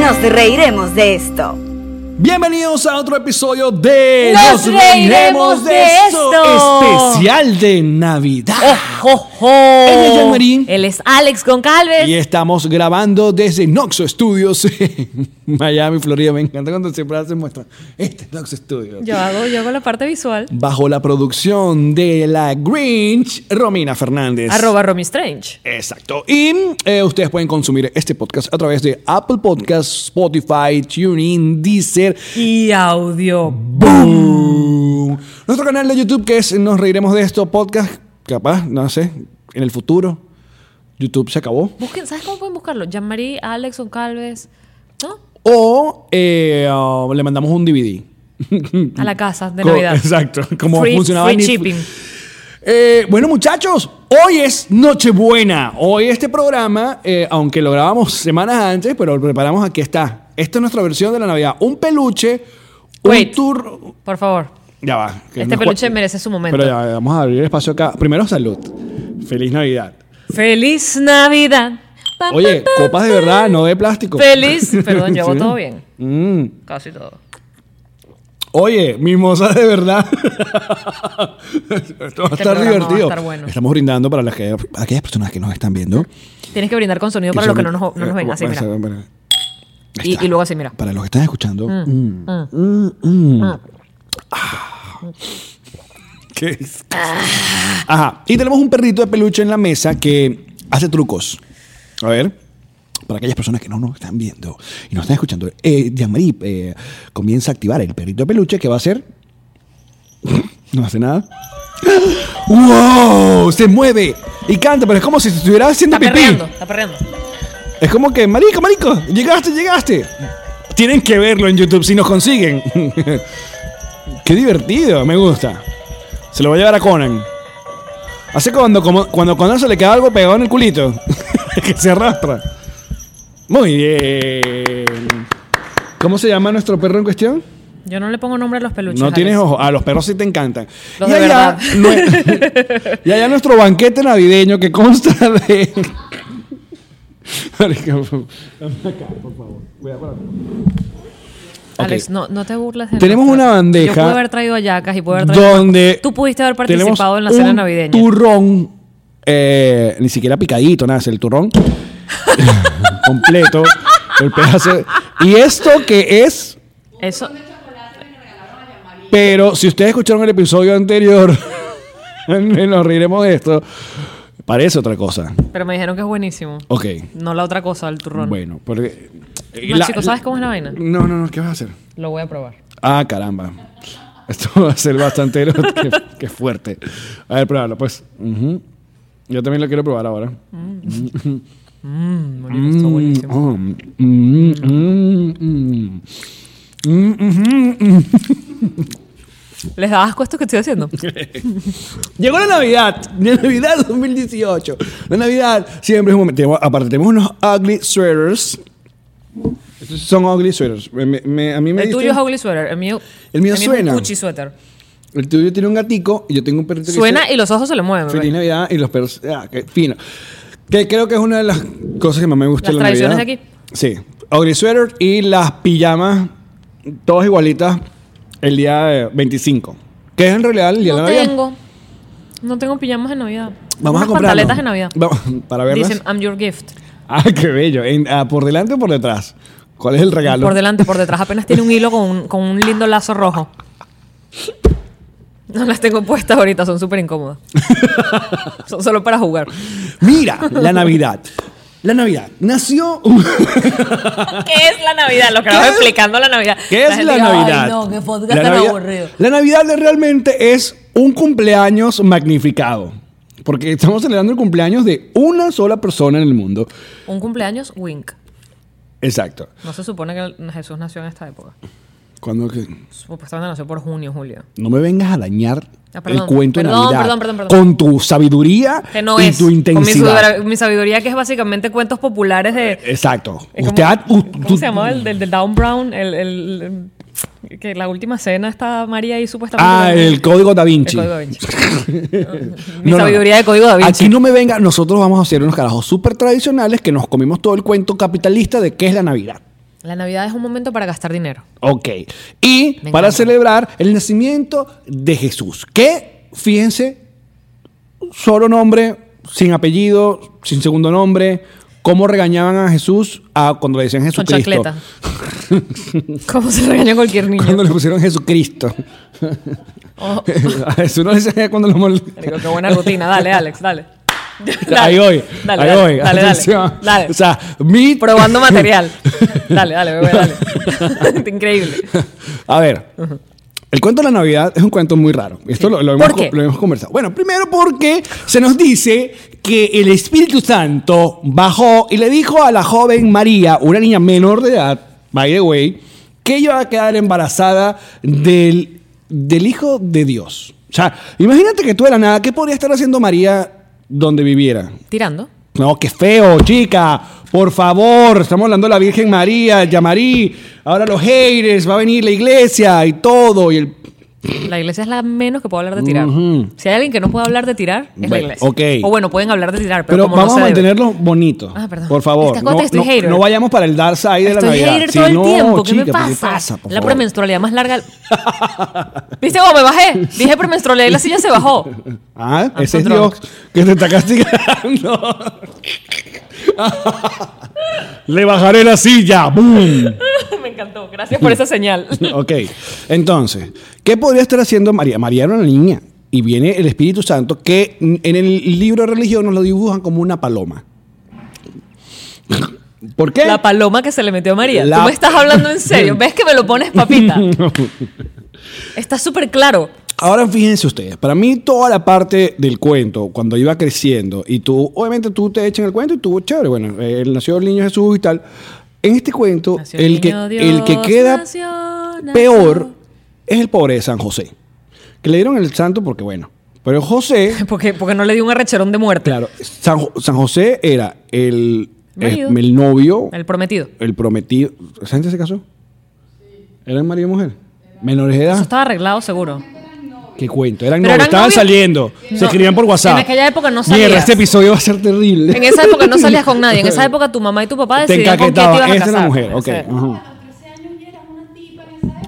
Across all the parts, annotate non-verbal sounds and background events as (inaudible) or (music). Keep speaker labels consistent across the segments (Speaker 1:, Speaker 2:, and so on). Speaker 1: Nos reiremos de esto.
Speaker 2: Bienvenidos a otro episodio de
Speaker 3: Nos reiremos de esto. Ah.
Speaker 2: especial de Navidad.
Speaker 3: ¡Ojo!
Speaker 2: Ella es Jan Marín.
Speaker 3: Él es Alex Goncalves.
Speaker 2: Y estamos grabando desde Noxo Studios, en (laughs) Miami, Florida. Me encanta cuando siempre hacen muestra. Este es Noxo Studios.
Speaker 3: Yo hago, yo hago la parte visual.
Speaker 2: Bajo la producción de la Grinch, Romina Fernández.
Speaker 3: Arroba Romy Strange.
Speaker 2: Exacto. Y eh, ustedes pueden consumir este podcast a través de Apple Podcasts, Spotify, TuneIn, Deezer,
Speaker 3: Y audio.
Speaker 2: ¡Boom! Nuestro canal de YouTube que es Nos Reiremos de Esto Podcast, capaz, no sé, en el futuro, YouTube se acabó.
Speaker 3: Busquen, ¿Sabes cómo pueden buscarlo? Jean-Marie, Alex Goncalves. ¿No?
Speaker 2: O eh, ah, le mandamos un DVD.
Speaker 3: A la casa de
Speaker 2: Mm. Co-
Speaker 3: Navidad.
Speaker 2: (laughs) Exacto, como
Speaker 3: free,
Speaker 2: funcionaba
Speaker 3: free
Speaker 2: en-
Speaker 3: shipping.
Speaker 2: Eh, bueno, muchachos, hoy es Nochebuena. Hoy este programa, eh, aunque lo grabamos semanas antes, pero lo preparamos aquí está. Esta es nuestra versión de la Navidad. Un peluche,
Speaker 3: Wait.
Speaker 2: un tour.
Speaker 3: Por favor.
Speaker 2: Ya va. que
Speaker 3: Este
Speaker 2: nos-
Speaker 3: peluche merece su momento.
Speaker 2: Pero ya, va, vamos a abrir espacio acá. Primero, salud. Feliz Navidad.
Speaker 3: ¡Feliz Navidad! Pa,
Speaker 2: Oye,
Speaker 3: pa, pa,
Speaker 2: copas de
Speaker 3: pa.
Speaker 2: verdad, no de plástico. (laughs)
Speaker 3: Ah, ¡Feliz! Perdón, yo hago
Speaker 2: Sí.
Speaker 3: todo bien.
Speaker 2: Mm.
Speaker 3: Casi todo.
Speaker 2: Oye, mimosa de verdad. (laughs) Esto va a estar
Speaker 3: programa va a
Speaker 2: divertido.
Speaker 3: estar bueno.
Speaker 2: Estamos brindando para, las que- para aquellas personas que nos están viendo.
Speaker 3: Tienes que brindar con sonido para los que no nos,
Speaker 2: Eh,
Speaker 3: no nos ven. Así, mira. Y, y luego así, mira.
Speaker 2: Para los que están escuchando. mm, mm, mm. Ah. ¿Qué es? Ajá. Y tenemos un perrito de peluche en la mesa que hace trucos. A ver. Para aquellas personas que no nos están viendo y nos están escuchando, eh, Jean-Marie eh, comienza a activar el perrito de peluche que va a hacer. No hace nada. ¡Wow! Se mueve y canta, pero es como si se estuviera haciendo
Speaker 3: Está
Speaker 2: pipí.
Speaker 3: perreando, está perreando.
Speaker 2: Es como que, marico, marico, llegaste, llegaste. Tienen que verlo en YouTube si nos consiguen. (laughs) Qué divertido, me gusta. Se lo voy a llevar a Conan. Hace cuando, como, cuando a Conan se le queda algo pegado en el culito. (laughs) que se arrastra. Muy bien. ¿Cómo se llama nuestro perro en cuestión?
Speaker 3: Yo no le pongo nombre a los peluches.
Speaker 2: No tienes
Speaker 3: Alex.
Speaker 2: ojos. A los perros sí te encantan.
Speaker 3: Los
Speaker 2: y,
Speaker 3: de
Speaker 2: allá,
Speaker 3: verdad.
Speaker 2: nue- (laughs) y allá nuestro banquete navideño que consta de. Marica, por favor. Dame acá, por favor. Voy a parar.
Speaker 3: Alex,
Speaker 2: Ok.
Speaker 3: no, no te burles de
Speaker 2: Tenemos
Speaker 3: nosotros.
Speaker 2: una bandeja
Speaker 3: Yo pude haber traído yacas y pude haber traído.
Speaker 2: Donde.
Speaker 3: Tú pudiste haber
Speaker 2: tenemos
Speaker 3: participado en la cena
Speaker 2: un
Speaker 3: navideña.
Speaker 2: Turrón. eh, ni siquiera picadito, nada, es el turrón. (laughs) completo. El pedazo. Y esto que es.
Speaker 3: Eso.
Speaker 2: Pero si ustedes escucharon el episodio anterior, (laughs) nos reiremos de esto. Parece otra cosa.
Speaker 3: Pero me dijeron que es buenísimo.
Speaker 2: Ok.
Speaker 3: No la otra cosa, el turrón.
Speaker 2: Bueno, porque. eh,
Speaker 3: No,
Speaker 2: la-
Speaker 3: chico, ¿sabes cómo es la vaina?
Speaker 2: No, no, no, ¿qué vas a hacer?
Speaker 3: Lo voy a probar.
Speaker 2: Ah, caramba. Esto va a ser (laughs) bastante. qué, qué fuerte. A ver, probarlo, pues. Ujú. Yo también lo quiero probar ahora.
Speaker 3: Mm, marico, está buenísimo.
Speaker 2: Oh, mm, mm, mm. Mm, ujú, mm.
Speaker 3: ¿Les da asco esto que estoy
Speaker 2: (laughs)
Speaker 3: haciendo?
Speaker 2: Llegó la Navidad, la Navidad 2018. La Navidad siempre es un momento. Tenemos- aparte, tenemos unos ugly sweaters. Estos son ugly sweaters. Me- me- a mí me
Speaker 3: el
Speaker 2: diste-
Speaker 3: tuyo es ugly sweater. El mío.
Speaker 2: El mío
Speaker 3: es un
Speaker 2: suena.
Speaker 3: Gucci sweater.
Speaker 2: El tuyo tiene un gatico y yo tengo un perrito que
Speaker 3: Suena
Speaker 2: dice,
Speaker 3: y los ojos se le mueven.
Speaker 2: Feliz
Speaker 3: bebé.
Speaker 2: Navidad y los perros. Ah, qué fino. Que creo que es una de las cosas que más me gusta
Speaker 3: Las
Speaker 2: de la
Speaker 3: tradiciones
Speaker 2: Navidad.
Speaker 3: de aquí.
Speaker 2: Sí. Ugly sweater y las pijamas, todas igualitas, el día de 25. Que es en realidad el día
Speaker 3: No
Speaker 2: de Navidad.
Speaker 3: tengo. No tengo pijamas de Navidad.
Speaker 2: Vamos a
Speaker 3: Unas
Speaker 2: comprar.
Speaker 3: pantaletas de Navidad.
Speaker 2: para verlas. (laughs)
Speaker 3: Dicen, I'm your gift.
Speaker 2: Ah, qué bello. En- ah, ¿Por delante o por detrás? ¿Cuál es el regalo?
Speaker 3: Por delante, por detrás. Apenas tiene un hilo con un, con un lindo lazo rojo. No las tengo puestas ahorita, son súper (laughs) incómodas. son solo para jugar.
Speaker 2: Mira, la Navidad. La Navidad. Nació.
Speaker 3: (laughs)
Speaker 2: (laughs)
Speaker 3: ¿Qué es la Navidad? Lo que
Speaker 2: ¿Qué
Speaker 3: estaba
Speaker 2: es-
Speaker 3: explicando la Navidad.
Speaker 2: ¿Qué es la
Speaker 3: gente dice,
Speaker 2: Navidad?
Speaker 3: "Ay, no, qué podcast
Speaker 2: La
Speaker 3: tan
Speaker 2: Navidad-
Speaker 3: aburrido.
Speaker 2: La Navidad de- realmente es un cumpleaños magnificado. Porque estamos celebrando el cumpleaños de una sola persona en el mundo.
Speaker 3: Un cumpleaños, wink.
Speaker 2: Exacto.
Speaker 3: No se supone que el- Jesús nació en esta época.
Speaker 2: Cuando que-
Speaker 3: Supuestamente nació por junio, julio.
Speaker 2: no me vengas a dañar
Speaker 3: Ah, perdón,
Speaker 2: el cuento de
Speaker 3: perdón,
Speaker 2: Navidad
Speaker 3: perdón, perdón, perdón.
Speaker 2: con tu sabiduría
Speaker 3: Que no
Speaker 2: y
Speaker 3: es.
Speaker 2: tu
Speaker 3: Con mi,
Speaker 2: intensidad.
Speaker 3: sabidora- mi sabiduría, que es básicamente cuentos populares de.
Speaker 2: Exacto.
Speaker 3: Es como-
Speaker 2: Usted ha- u-
Speaker 3: ¿Cómo
Speaker 2: tú-
Speaker 3: se llamaba el del, del Down Brown? El, el- el- que la última cena está María ahí supuestamente.
Speaker 2: Ah, el código da Vinci.
Speaker 3: El código da
Speaker 2: (laughs)
Speaker 3: Vinci. Ah, Mi
Speaker 2: No, no, no.
Speaker 3: sabiduría de código da Vinci.
Speaker 2: Aquí no me venga, nosotros vamos a hacer unos carajos súper tradicionales que nos comimos todo el cuento capitalista de qué es la Navidad.
Speaker 3: La Navidad es un momento para gastar dinero.
Speaker 2: Ok. Y
Speaker 3: Me
Speaker 2: para
Speaker 3: encanta.
Speaker 2: celebrar el nacimiento de Jesús. Que, fíjense, solo nombre, sin apellido, sin segundo nombre. ¿Cómo regañaban a Jesús a, cuando le decían
Speaker 3: Con
Speaker 2: Jesucristo?
Speaker 3: chancleta. ¿Cómo se regaña a cualquier
Speaker 2: (laughs)
Speaker 3: niño?
Speaker 2: Cuando le pusieron Jesucristo. (laughs)
Speaker 3: Oh,
Speaker 2: a Jesús no le decía cuando lo mol...
Speaker 3: marico, qué buena rutina. Dale, Alex, dale.
Speaker 2: (laughs) Ahí voy.
Speaker 3: Dale,
Speaker 2: ahí
Speaker 3: dale,
Speaker 2: voy.
Speaker 3: Dale, dale,
Speaker 2: Atención.
Speaker 3: dale.
Speaker 2: O sea, mi. (laughs)
Speaker 3: Probando material. Dale, dale, bebé, dale. (laughs) Increíble.
Speaker 2: A ver. El cuento de la Navidad es un cuento muy raro. Esto lo, lo
Speaker 3: ¿Por
Speaker 2: hemos, co-
Speaker 3: qué?
Speaker 2: lo hemos conversado. Bueno, primero porque se nos dice que el Espíritu Santo bajó y le dijo a la joven María, una niña menor de edad, by the way, que iba a quedar embarazada del, del Hijo de Dios. O sea, imagínate que tú de la nada, ¿qué podría estar haciendo María donde viviera?
Speaker 3: Tirando.
Speaker 2: No, qué feo, chica. Por favor, estamos hablando de la Virgen María, Yamarí. Ahora los haters, va a venir la iglesia y todo. Y el...
Speaker 3: La iglesia es la menos que puede hablar de tirar.
Speaker 2: Ujú.
Speaker 3: Si hay alguien que no puede hablar de tirar, es la
Speaker 2: Bueno,
Speaker 3: iglesia.
Speaker 2: ok.
Speaker 3: O bueno, pueden hablar de tirar,
Speaker 2: Pero
Speaker 3: pero, como
Speaker 2: vamos
Speaker 3: no se
Speaker 2: a
Speaker 3: debe.
Speaker 2: mantenerlo bonito.
Speaker 3: Ah, perdón.
Speaker 2: Por favor.
Speaker 3: Es que
Speaker 2: no,
Speaker 3: acuérdate que estoy
Speaker 2: no-
Speaker 3: hater.
Speaker 2: no vayamos para el dark side de la
Speaker 3: Estoy
Speaker 2: Navidad.
Speaker 3: hater
Speaker 2: Sí,
Speaker 3: todo
Speaker 2: no,
Speaker 3: el tiempo. ¿Qué
Speaker 2: chica,
Speaker 3: me
Speaker 2: pero ¿qué
Speaker 3: pasa?
Speaker 2: por
Speaker 3: la
Speaker 2: favor?
Speaker 3: premenstrualidad
Speaker 2: (laughs)
Speaker 3: más larga. ¿Viste cómo me bajé? Dije premenstrualidad
Speaker 2: (laughs)
Speaker 3: y la silla se bajó.
Speaker 2: Ah,
Speaker 3: I'm
Speaker 2: ese
Speaker 3: so
Speaker 2: es
Speaker 3: drunk.
Speaker 2: Dios que te está castigando. (laughs) Le bajaré la silla. ¡Boom!
Speaker 3: (laughs) me encantó. Gracias por
Speaker 2: (laughs)
Speaker 3: esa señal.
Speaker 2: ok. Entonces, ¿qué podría estar haciendo María? María era una niña y viene el Espíritu Santo que en en el libro de religión nos lo dibujan como una paloma. ¿Por qué?
Speaker 3: La paloma que se le metió a María.
Speaker 2: La-
Speaker 3: Tú me estás hablando en serio. ¿Ves que me lo pones,
Speaker 2: (laughs)
Speaker 3: papita? Está súper claro.
Speaker 2: Ahora fíjense ustedes, para mí toda la parte del cuento, cuando iba creciendo, y tú, obviamente tú te echan el cuento y tú, chévere, bueno, eh, él nació el niño Jesús y tal. En este cuento,
Speaker 3: Nació
Speaker 2: el, que,
Speaker 3: niño
Speaker 2: el que
Speaker 3: Dios,
Speaker 2: queda
Speaker 3: nació, nació.
Speaker 2: peor es el pobre de San José, que le dieron el santo porque, bueno, pero
Speaker 3: (laughs)
Speaker 2: José
Speaker 3: Porque, porque no le dio un arrecherón de muerte.
Speaker 2: Claro, San, Jo- San José era el, eh,
Speaker 3: Marido.
Speaker 2: el, el novio, el,
Speaker 3: El prometido.
Speaker 2: Ah. prometido. ¿Esa gente se casó? ¿Eran marido y mujer? Menores de
Speaker 3: Eso
Speaker 2: edad.
Speaker 3: estaba
Speaker 2: (laughs)
Speaker 3: arreglado, seguro.
Speaker 2: ¿Qué cuento? Eran
Speaker 3: Pero
Speaker 2: novios,
Speaker 3: eran
Speaker 2: estaban
Speaker 3: novios.
Speaker 2: saliendo, se
Speaker 3: No,
Speaker 2: escribían por WhatsApp.
Speaker 3: en aquella época no
Speaker 2: Mierda,
Speaker 3: salías.
Speaker 2: este episodio va a ser terrible.
Speaker 3: En
Speaker 2: (laughs)
Speaker 3: esa época no salías con nadie. En esa época tu mamá y tu papá
Speaker 2: te
Speaker 3: decidían con quién te
Speaker 2: encaquetaba.
Speaker 3: ibas a
Speaker 2: Esta es la
Speaker 3: casar.
Speaker 2: mujer, ok.
Speaker 3: O sea,
Speaker 2: ajá.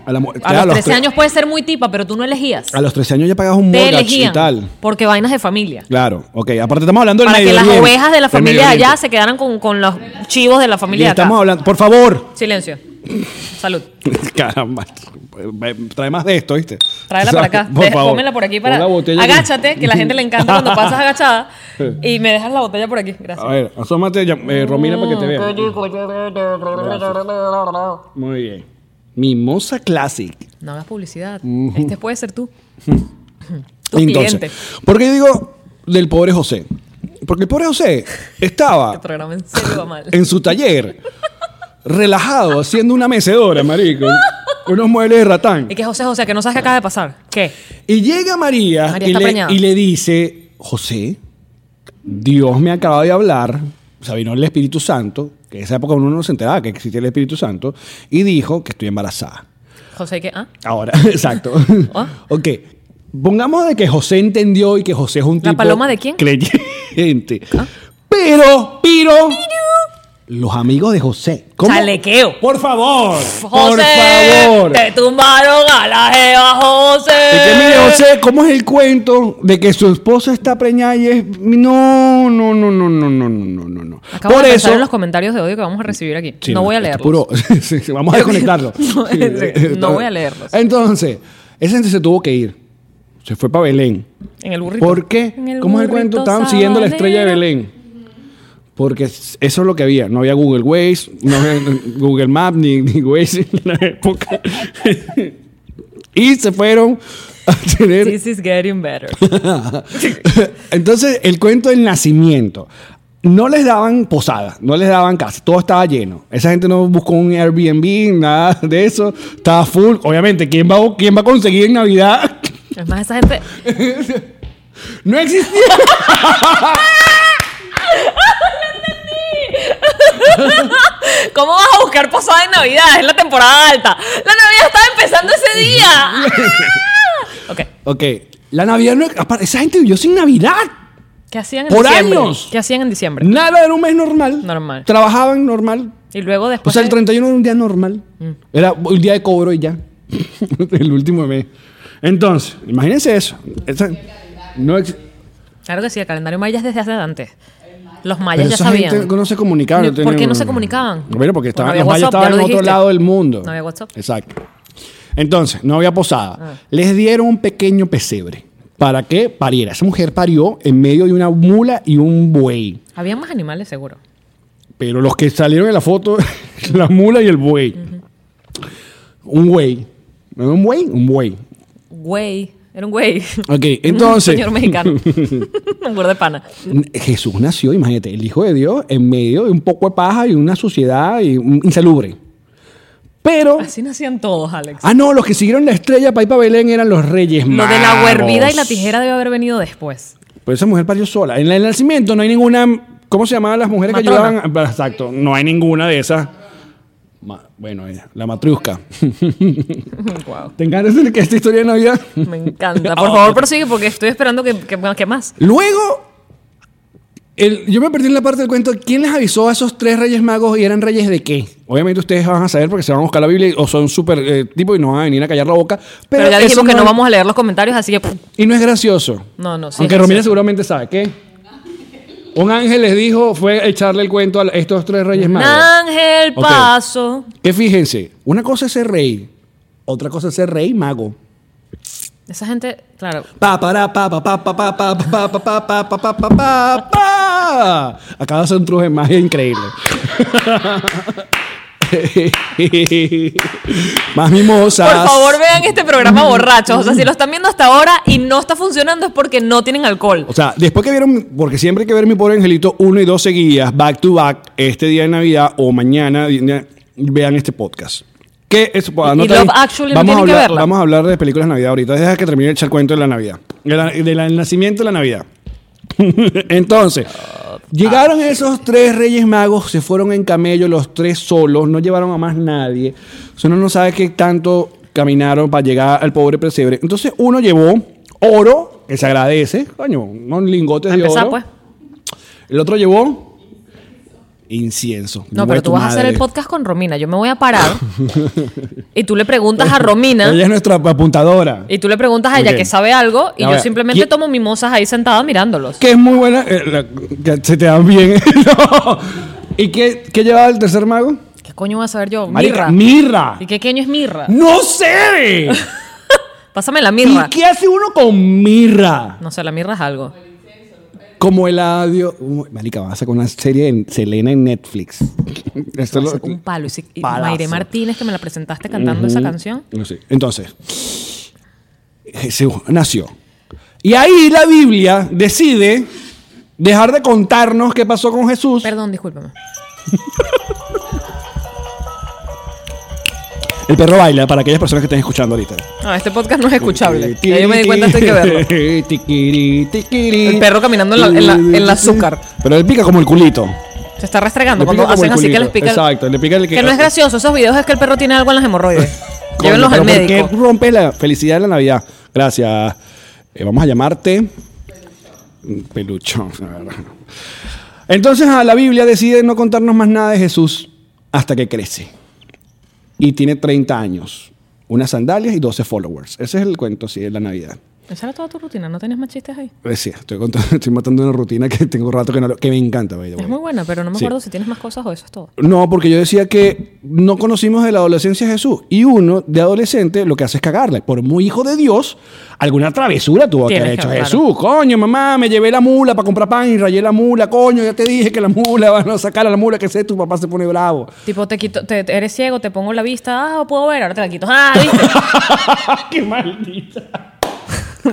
Speaker 2: A, la mu-
Speaker 3: A
Speaker 2: claro,
Speaker 3: los 13
Speaker 2: tre-
Speaker 3: años puedes ser muy tipa, pero tú no elegías.
Speaker 2: A los 13 años ya pagabas un
Speaker 3: te
Speaker 2: mortgage y
Speaker 3: elegían
Speaker 2: tal.
Speaker 3: porque vainas de familia.
Speaker 2: Claro, ok. Aparte estamos hablando del
Speaker 3: Para que
Speaker 2: Medio
Speaker 3: las
Speaker 2: Oriente,
Speaker 3: ovejas de la
Speaker 2: del
Speaker 3: familia
Speaker 2: Medio
Speaker 3: de allá
Speaker 2: Oriente.
Speaker 3: se quedaran con, con los chivos de la
Speaker 2: Y
Speaker 3: familia de acá.
Speaker 2: estamos hablando... Por favor. (laughs)
Speaker 3: Silencio. Salud.
Speaker 2: Caramba, trae más de esto, ¿viste?
Speaker 3: Tráela
Speaker 2: O sea,
Speaker 3: para acá.
Speaker 2: (laughs) Por
Speaker 3: (laughs) Deja-
Speaker 2: favor.
Speaker 3: Pónmela por aquí para.
Speaker 2: Pon la botella aquí.
Speaker 3: Agáchate, que la gente le encanta
Speaker 2: (laughs)
Speaker 3: cuando pasas agachada. Y me dejas la botella por aquí.
Speaker 2: A
Speaker 3: Gracias.
Speaker 2: ver, asómate, ya- eh, Romina, para que te vea. Muy bien. Mimosa Classic.
Speaker 3: No hagas publicidad. Este puede
Speaker 2: (laughs)
Speaker 3: ser tú. Tu cliente.
Speaker 2: ¿por qué digo del pobre José? Porque el pobre José
Speaker 3: Este (laughs)
Speaker 2: estaba
Speaker 3: programa en serio va mal.
Speaker 2: en su taller, relajado, haciendo una mecedora, marico. Unos muebles de ratán.
Speaker 3: Y que José José, que no sabes qué acaba de pasar. ¿Qué?
Speaker 2: Y llega María,
Speaker 3: María
Speaker 2: y,
Speaker 3: está
Speaker 2: le,
Speaker 3: preñada.
Speaker 2: y le dice, José, Dios me acaba de hablar, o sea, vino el Espíritu Santo, que en esa época uno no se enteraba que existía el Espíritu Santo, y dijo que estoy embarazada.
Speaker 3: José, que. Ah,
Speaker 2: Ahora, (laughs) exacto.
Speaker 3: Oh.
Speaker 2: ok, pongamos de que José entendió y que José es un
Speaker 3: ¿La
Speaker 2: tipo...
Speaker 3: paloma de quién? Ah.
Speaker 2: Creyente. Pero, pero... Los amigos de José.
Speaker 3: Chalequeo.
Speaker 2: Por favor. por
Speaker 3: José,
Speaker 2: favor.
Speaker 3: Te tumbaron a la jeva, José.
Speaker 2: De que mire, José, ¿cómo es el cuento de que su esposa está preñada y es. No, no, no, no, no, no, no, no, no.
Speaker 3: Acabo de pensar en los comentarios de odio que vamos a recibir aquí.
Speaker 2: Sí,
Speaker 3: no voy a
Speaker 2: es
Speaker 3: leerlos.
Speaker 2: puro- (laughs) Sí, sí,
Speaker 3: (laughs)
Speaker 2: vamos a desconectarlo.
Speaker 3: No,
Speaker 2: Sí,
Speaker 3: sí, no voy a leerlos.
Speaker 2: Entonces, esa gente se tuvo que ir. Se fue para Belén.
Speaker 3: En el burrito.
Speaker 2: ¿Por qué?
Speaker 3: En el
Speaker 2: ¿Cómo es el
Speaker 3: burrito
Speaker 2: cuento? Estaban siguiendo la estrella de
Speaker 3: sabanero.
Speaker 2: Belén. Porque eso es lo que había. No había Google Waze, no había (laughs) Google Map ni, ni Waze en la época. (laughs) y se fueron a tener
Speaker 3: This is getting better.
Speaker 2: (laughs) Entonces, el cuento del nacimiento. No les daban posadas, no les daban casa, todo estaba lleno. Esa gente no buscó un Airbnb, nada de eso, estaba full. Obviamente, ¿quién va, a- quién va a conseguir en Navidad? (laughs)
Speaker 3: Es más, esa gente.
Speaker 2: No existía.
Speaker 3: ¿Cómo vas a buscar posada en Navidad? Es la temporada alta. La Navidad estaba empezando ese
Speaker 2: (laughs)
Speaker 3: día. ¡Ah! ok.
Speaker 2: Ok, la Navidad no. aparte, Esa gente vivió sin Navidad.
Speaker 3: ¿Qué hacían en
Speaker 2: Por
Speaker 3: diciembre?
Speaker 2: años.
Speaker 3: ¿Qué hacían en diciembre?
Speaker 2: Nada era un mes normal.
Speaker 3: Normal.
Speaker 2: Trabajaban normal.
Speaker 3: Y luego
Speaker 2: O
Speaker 3: después.
Speaker 2: sea, el
Speaker 3: de-
Speaker 2: 31 era un día normal. Era un día de cobro y ya. (laughs) el último de mes. Entonces, imagínense eso. Esa- no ex-
Speaker 3: Claro que sí, el calendario maya es desde hace antes. Los mayas
Speaker 2: pero
Speaker 3: ya
Speaker 2: esa
Speaker 3: sabían.
Speaker 2: gente no se comunicaban.
Speaker 3: Ni- ¿Por qué no se comunicaban?
Speaker 2: Bueno, porque estaban,
Speaker 3: había
Speaker 2: los mayas
Speaker 3: WhatsApp, ya
Speaker 2: estaban
Speaker 3: lo
Speaker 2: en otro
Speaker 3: dijiste.
Speaker 2: lado del mundo.
Speaker 3: No había WhatsApp. Ah.
Speaker 2: Exacto. Entonces, no había posada. Les dieron un pequeño pesebre para que pariera. Esa mujer parió en medio de una mula y un buey.
Speaker 3: Había más animales, seguro.
Speaker 2: Pero los que salieron en la foto, (laughs) la mula y el buey. Un buey. ¿No era un buey? Un buey.
Speaker 3: Güey. Era un güey. (laughs)
Speaker 2: Ok, entonces.
Speaker 3: Un
Speaker 2: (laughs)
Speaker 3: señor mexicano. un gordo de pana.
Speaker 2: Jesús nació, imagínate, el Hijo de Dios en medio de un poco de paja y una suciedad y un- insalubre. Pero.
Speaker 3: Así nacían todos, Alex.
Speaker 2: Ah, no, los que siguieron la estrella para ir para Belén eran los Reyes
Speaker 3: Lo
Speaker 2: Magos.
Speaker 3: de la huervida y la tijera debe haber venido después. (laughs)
Speaker 2: Pero esa mujer parió sola. En la- en el nacimiento no hay ninguna. ¿Cómo se llamaban las mujeres
Speaker 3: Matrona.
Speaker 2: que ayudaban? Ah, Exacto, no hay ninguna de esas. Ma- bueno, ella, la matriusca.
Speaker 3: wow.
Speaker 2: (laughs) ¿Te encanta decir que esta historia de Navidad?
Speaker 3: Me
Speaker 2: (laughs)
Speaker 3: encanta. Por favor, prosigue porque estoy esperando que, que, que más.
Speaker 2: Luego, el- yo me perdí en la parte del cuento. ¿Quién les avisó a esos tres reyes magos y eran reyes de qué? Obviamente ustedes van a saber porque se van a buscar la Biblia y- o son súper eh, tipo y nos van a venir a callar la boca. Pero,
Speaker 3: Pero, ya
Speaker 2: eso
Speaker 3: dijimos que
Speaker 2: no
Speaker 3: no
Speaker 2: es-
Speaker 3: vamos a leer los comentarios, así que pff,
Speaker 2: Y no es gracioso.
Speaker 3: No, no, sí
Speaker 2: Aunque
Speaker 3: es
Speaker 2: Romina
Speaker 3: gracioso.
Speaker 2: seguramente sabe qué. Un ángel les dijo, fue echarle el cuento a la- estos tres reyes magos.
Speaker 3: Ángel
Speaker 2: Ok.
Speaker 3: Paso.
Speaker 2: Que fíjense, una cosa es ser rey, otra cosa es ser rey mago.
Speaker 3: Esa gente, claro.
Speaker 2: Pa, para, pa, pa, pa, pa, pa, pa, pa, pa, pa, pa, pa, pa, pa, pa, pa. Acaba de hacer un truco de magia
Speaker 3: (laughs)
Speaker 2: increíble. Más mimosas.
Speaker 3: Por favor, vean este programa borrachos. O sea, si lo están viendo hasta ahora y no está funcionando es porque no tienen alcohol.
Speaker 2: O sea, después que vieron, porque siempre hay que ver mi pobre angelito uno y dos seguidas, back to back, este día de Navidad o mañana, di- di- vean este podcast. ¿Qué es? Ah,
Speaker 3: Y- y
Speaker 2: te-
Speaker 3: Love Actually no
Speaker 2: vamos a
Speaker 3: tienen que
Speaker 2: hablar,
Speaker 3: verla.
Speaker 2: Vamos a hablar de películas de Navidad ahorita. Deja que termine de echar cuento de la Navidad. De la- de la- Del nacimiento de la Navidad. Entonces, llegaron esos tres reyes magos, se fueron en camello los tres solos, no llevaron a más nadie. O sea, Uno no sabe qué tanto caminaron para llegar al pobre pesebre. Entonces, uno llevó oro, que se agradece, coño, unos lingotes
Speaker 3: Para
Speaker 2: de
Speaker 3: empezar,
Speaker 2: oro.
Speaker 3: pues.
Speaker 2: El otro llevó incienso.
Speaker 3: No,
Speaker 2: Mueve
Speaker 3: pero
Speaker 2: tu
Speaker 3: tú vas a hacer
Speaker 2: madre.
Speaker 3: el podcast con Romina. Yo me voy a
Speaker 2: (laughs)
Speaker 3: parar y tú le preguntas a Romina
Speaker 2: Ella es nuestra apuntadora.
Speaker 3: y tú le preguntas a ella
Speaker 2: Ok.
Speaker 3: que sabe algo y
Speaker 2: A
Speaker 3: yo
Speaker 2: ver,
Speaker 3: simplemente
Speaker 2: ¿quién-
Speaker 3: tomo mimosas ahí sentada mirándolos.
Speaker 2: Que es muy buena. eh, la- que se te dan bien. (laughs) No. ¿Y qué, qué llevaba el tercer mago?
Speaker 3: ¿Qué coño voy a saber yo?
Speaker 2: Marica,
Speaker 3: Mirra.
Speaker 2: Mirra.
Speaker 3: ¿Y qué coño es mirra?
Speaker 2: ¡No sé!
Speaker 3: Pásame la
Speaker 2: ¿Y
Speaker 3: mirra.
Speaker 2: qué hace uno con mirra?
Speaker 3: No sé, la mirra es algo.
Speaker 2: Como el adiós. Marica, vas a sacar una serie en Selena en
Speaker 3: (laughs)
Speaker 2: Netflix. Esto lo-
Speaker 3: Un palo. Y, si- y
Speaker 2: Palazo.
Speaker 3: Mayre Martínez, que me la presentaste cantando esa canción.
Speaker 2: No sé. Entonces, Jesús nació. Y ahí la Biblia decide dejar de contarnos qué pasó con Jesús.
Speaker 3: Perdón, discúlpame.
Speaker 2: El perro baila para aquellas personas que estén escuchando ahorita. Eh,
Speaker 3: No, este podcast no es escuchable. Ya yo me di cuenta, esto hay
Speaker 2: (laughs)
Speaker 3: que verlo.
Speaker 2: El
Speaker 3: El perro caminando en la- en la- en el azúcar.
Speaker 2: Pero le pica como el culito.
Speaker 3: Se está restregando
Speaker 2: Le pica
Speaker 3: cuando
Speaker 2: como el
Speaker 3: hacen así que
Speaker 2: culito.
Speaker 3: les pica. el-
Speaker 2: Exacto, le pica el
Speaker 3: Que no es gracioso, esos videos es que el perro tiene algo en
Speaker 2: (laughs)
Speaker 3: las hemorroides.
Speaker 2: Coño,
Speaker 3: Llévenlos al
Speaker 2: pero ¿por qué
Speaker 3: médico.
Speaker 2: rompe la felicidad de la Navidad? Gracias. Eh, vamos a llamarte Pelucho. Entonces a la Biblia decide no contarnos más nada de Jesús hasta que crece. Y tiene 30 años. Unas sandalias y 12 followers. Ese es el cuento, sí, de la Navidad.
Speaker 3: Esa era toda tu rutina, ¿no tenías más chistes ahí?
Speaker 2: Eh, Sí, estoy, contando- (laughs) estoy matando una rutina que tengo rato que, no, lo- que me encanta. by the
Speaker 3: Es
Speaker 2: way.
Speaker 3: muy buena, pero no me
Speaker 2: Sí.
Speaker 3: acuerdo si tienes más cosas o eso es todo.
Speaker 2: No, porque yo decía que no conocimos de la adolescencia a Jesús. Y uno, de adolescente, lo que hace es cagarle. Por muy hijo de Dios, alguna travesura tuvo que
Speaker 3: Tienes
Speaker 2: haber
Speaker 3: que
Speaker 2: hecho
Speaker 3: hablar.
Speaker 2: Jesús. Coño, mamá, me llevé la mula para comprar pan y rayé la mula. Coño, ya te dije que la mula, (laughs) van a sacar a la mula, que sé, tu papá se pone bravo.
Speaker 3: Tipo, te quito, te, te- eres ciego, te pongo la vista, ah, puedo ver, ahora te la quito. Ah,
Speaker 2: (laughs)
Speaker 3: ¿viste?
Speaker 2: ¡Qué maldita!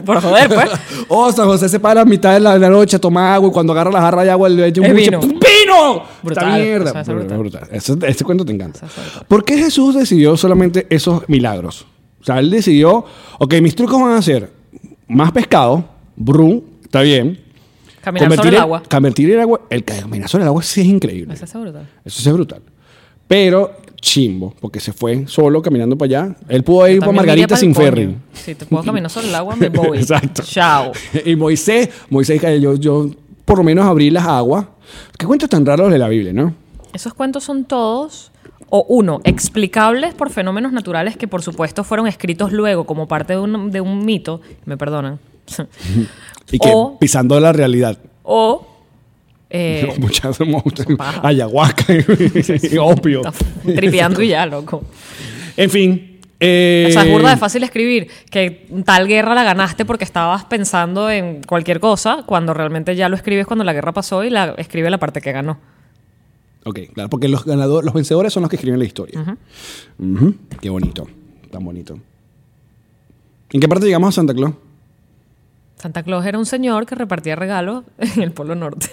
Speaker 3: Por joder, pues.
Speaker 2: (laughs) Oh, San José se para a mitad de la, de la noche, toma agua y cuando agarra la jarra de agua le echa un
Speaker 3: Es
Speaker 2: bicho.
Speaker 3: vino.
Speaker 2: ¡Un ¡Vino!
Speaker 3: Brutal,
Speaker 2: Esta
Speaker 3: o sea,
Speaker 2: mierda.
Speaker 3: es brutal.
Speaker 2: Eso- este cuento te encanta.
Speaker 3: Eso es brutal.
Speaker 2: ¿Por qué Jesús decidió solamente esos milagros? O sea, él decidió, ok, mis trucos van a ser más pescado, brum, está bien.
Speaker 3: Caminar
Speaker 2: Convertir
Speaker 3: sobre el agua.
Speaker 2: Convertir el agua, el caminar sobre el agua sí es increíble.
Speaker 3: Esa es brutal.
Speaker 2: Eso sí es brutal. Pero chimbo, porque se fue solo caminando para allá. Él pudo ir
Speaker 3: Yo
Speaker 2: para
Speaker 3: también iría
Speaker 2: Margarita
Speaker 3: pa'l
Speaker 2: sin
Speaker 3: coño.
Speaker 2: ferry.
Speaker 3: Si te puedo caminar sobre el
Speaker 2: (laughs)
Speaker 3: agua, me voy.
Speaker 2: Exacto.
Speaker 3: Chao.
Speaker 2: Y eh, Moisés, Moisés, yo, yo por lo menos abrí las aguas. Qué cuentos tan raros de la Biblia, ¿no?
Speaker 3: Esos cuentos son todos, o uno, explicables por fenómenos naturales que por supuesto fueron escritos luego como parte de un, de un mito, me perdonan,
Speaker 2: (laughs) Y que
Speaker 3: O-
Speaker 2: pisando la realidad. (laughs)
Speaker 3: o... eh,
Speaker 2: No, (laughs) muchas monstruos.
Speaker 3: paja.
Speaker 2: Ayahuasca,
Speaker 3: (laughs)
Speaker 2: opio.
Speaker 3: tripeando y ya, loco.
Speaker 2: (laughs) En fin. eh,
Speaker 3: O sea, es burda de fácil escribir que tal guerra la ganaste porque estabas pensando en cualquier cosa, cuando realmente ya lo escribes cuando la guerra pasó y la escribe la parte que ganó.
Speaker 2: Ok, claro, porque los ganadores, los vencedores son los que escriben la historia. Ujú, Qué bonito, tan bonito. ¿En qué parte llegamos a Santa Claus?
Speaker 3: Santa Claus era un señor que repartía regalos en el
Speaker 2: (laughs)
Speaker 3: Polo Norte.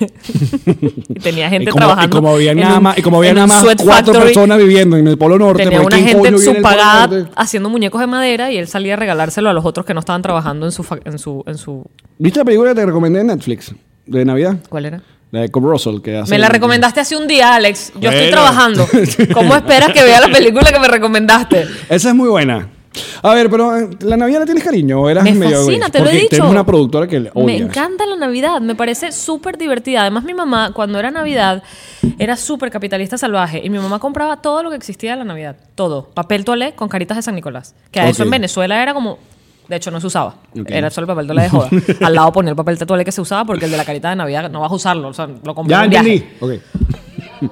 Speaker 3: y tenía gente
Speaker 2: y como,
Speaker 3: trabajando.
Speaker 2: Y como había
Speaker 3: en
Speaker 2: nada
Speaker 3: un-
Speaker 2: más, y como había
Speaker 3: en
Speaker 2: nada
Speaker 3: un
Speaker 2: más
Speaker 3: sweat
Speaker 2: cuatro
Speaker 3: factory,
Speaker 2: personas viviendo en el Polo Norte,
Speaker 3: Tenía
Speaker 2: porque
Speaker 3: una
Speaker 2: ¿quién
Speaker 3: gente
Speaker 2: coño
Speaker 3: en
Speaker 2: vive
Speaker 3: su
Speaker 2: el Polo
Speaker 3: pagada
Speaker 2: Norte?
Speaker 3: haciendo muñecos de madera y él salía a regalárselo a los otros que no estaban trabajando en su. fa- En su, en su
Speaker 2: ¿Viste la película que te recomendé en Netflix de Navidad?
Speaker 3: ¿Cuál era?
Speaker 2: La de Cobb Russell que hace.
Speaker 3: Me la recomendaste hace un día, Alex. Yo
Speaker 2: Bueno. (laughs)
Speaker 3: estoy trabajando. ¿Cómo esperas que vea la película que me recomendaste?
Speaker 2: Esa es muy buena. A ver, pero eh, la Navidad la tienes cariño, o eras
Speaker 3: Me
Speaker 2: medio
Speaker 3: fascina,
Speaker 2: gris?
Speaker 3: te lo he
Speaker 2: Porque
Speaker 3: dicho.
Speaker 2: Tenemos una productora que le odia.
Speaker 3: Me encanta la Navidad, me parece súper divertida. Además, mi mamá, cuando era Navidad, era súper capitalista salvaje. Y mi mamá compraba todo lo que existía de la Navidad. Todo. Papel toalé con caritas de San Nicolás. Que a eso
Speaker 2: Ok.
Speaker 3: en Venezuela era como... De hecho, no se usaba.
Speaker 2: Ok.
Speaker 3: Era solo el papel toalé
Speaker 2: (laughs)
Speaker 3: de joda. Al lado ponía el papel toalé que se usaba porque el de la carita de Navidad no vas a usarlo. O sea, lo compré
Speaker 2: Ya
Speaker 3: en un viaje.
Speaker 2: entendí. Ok.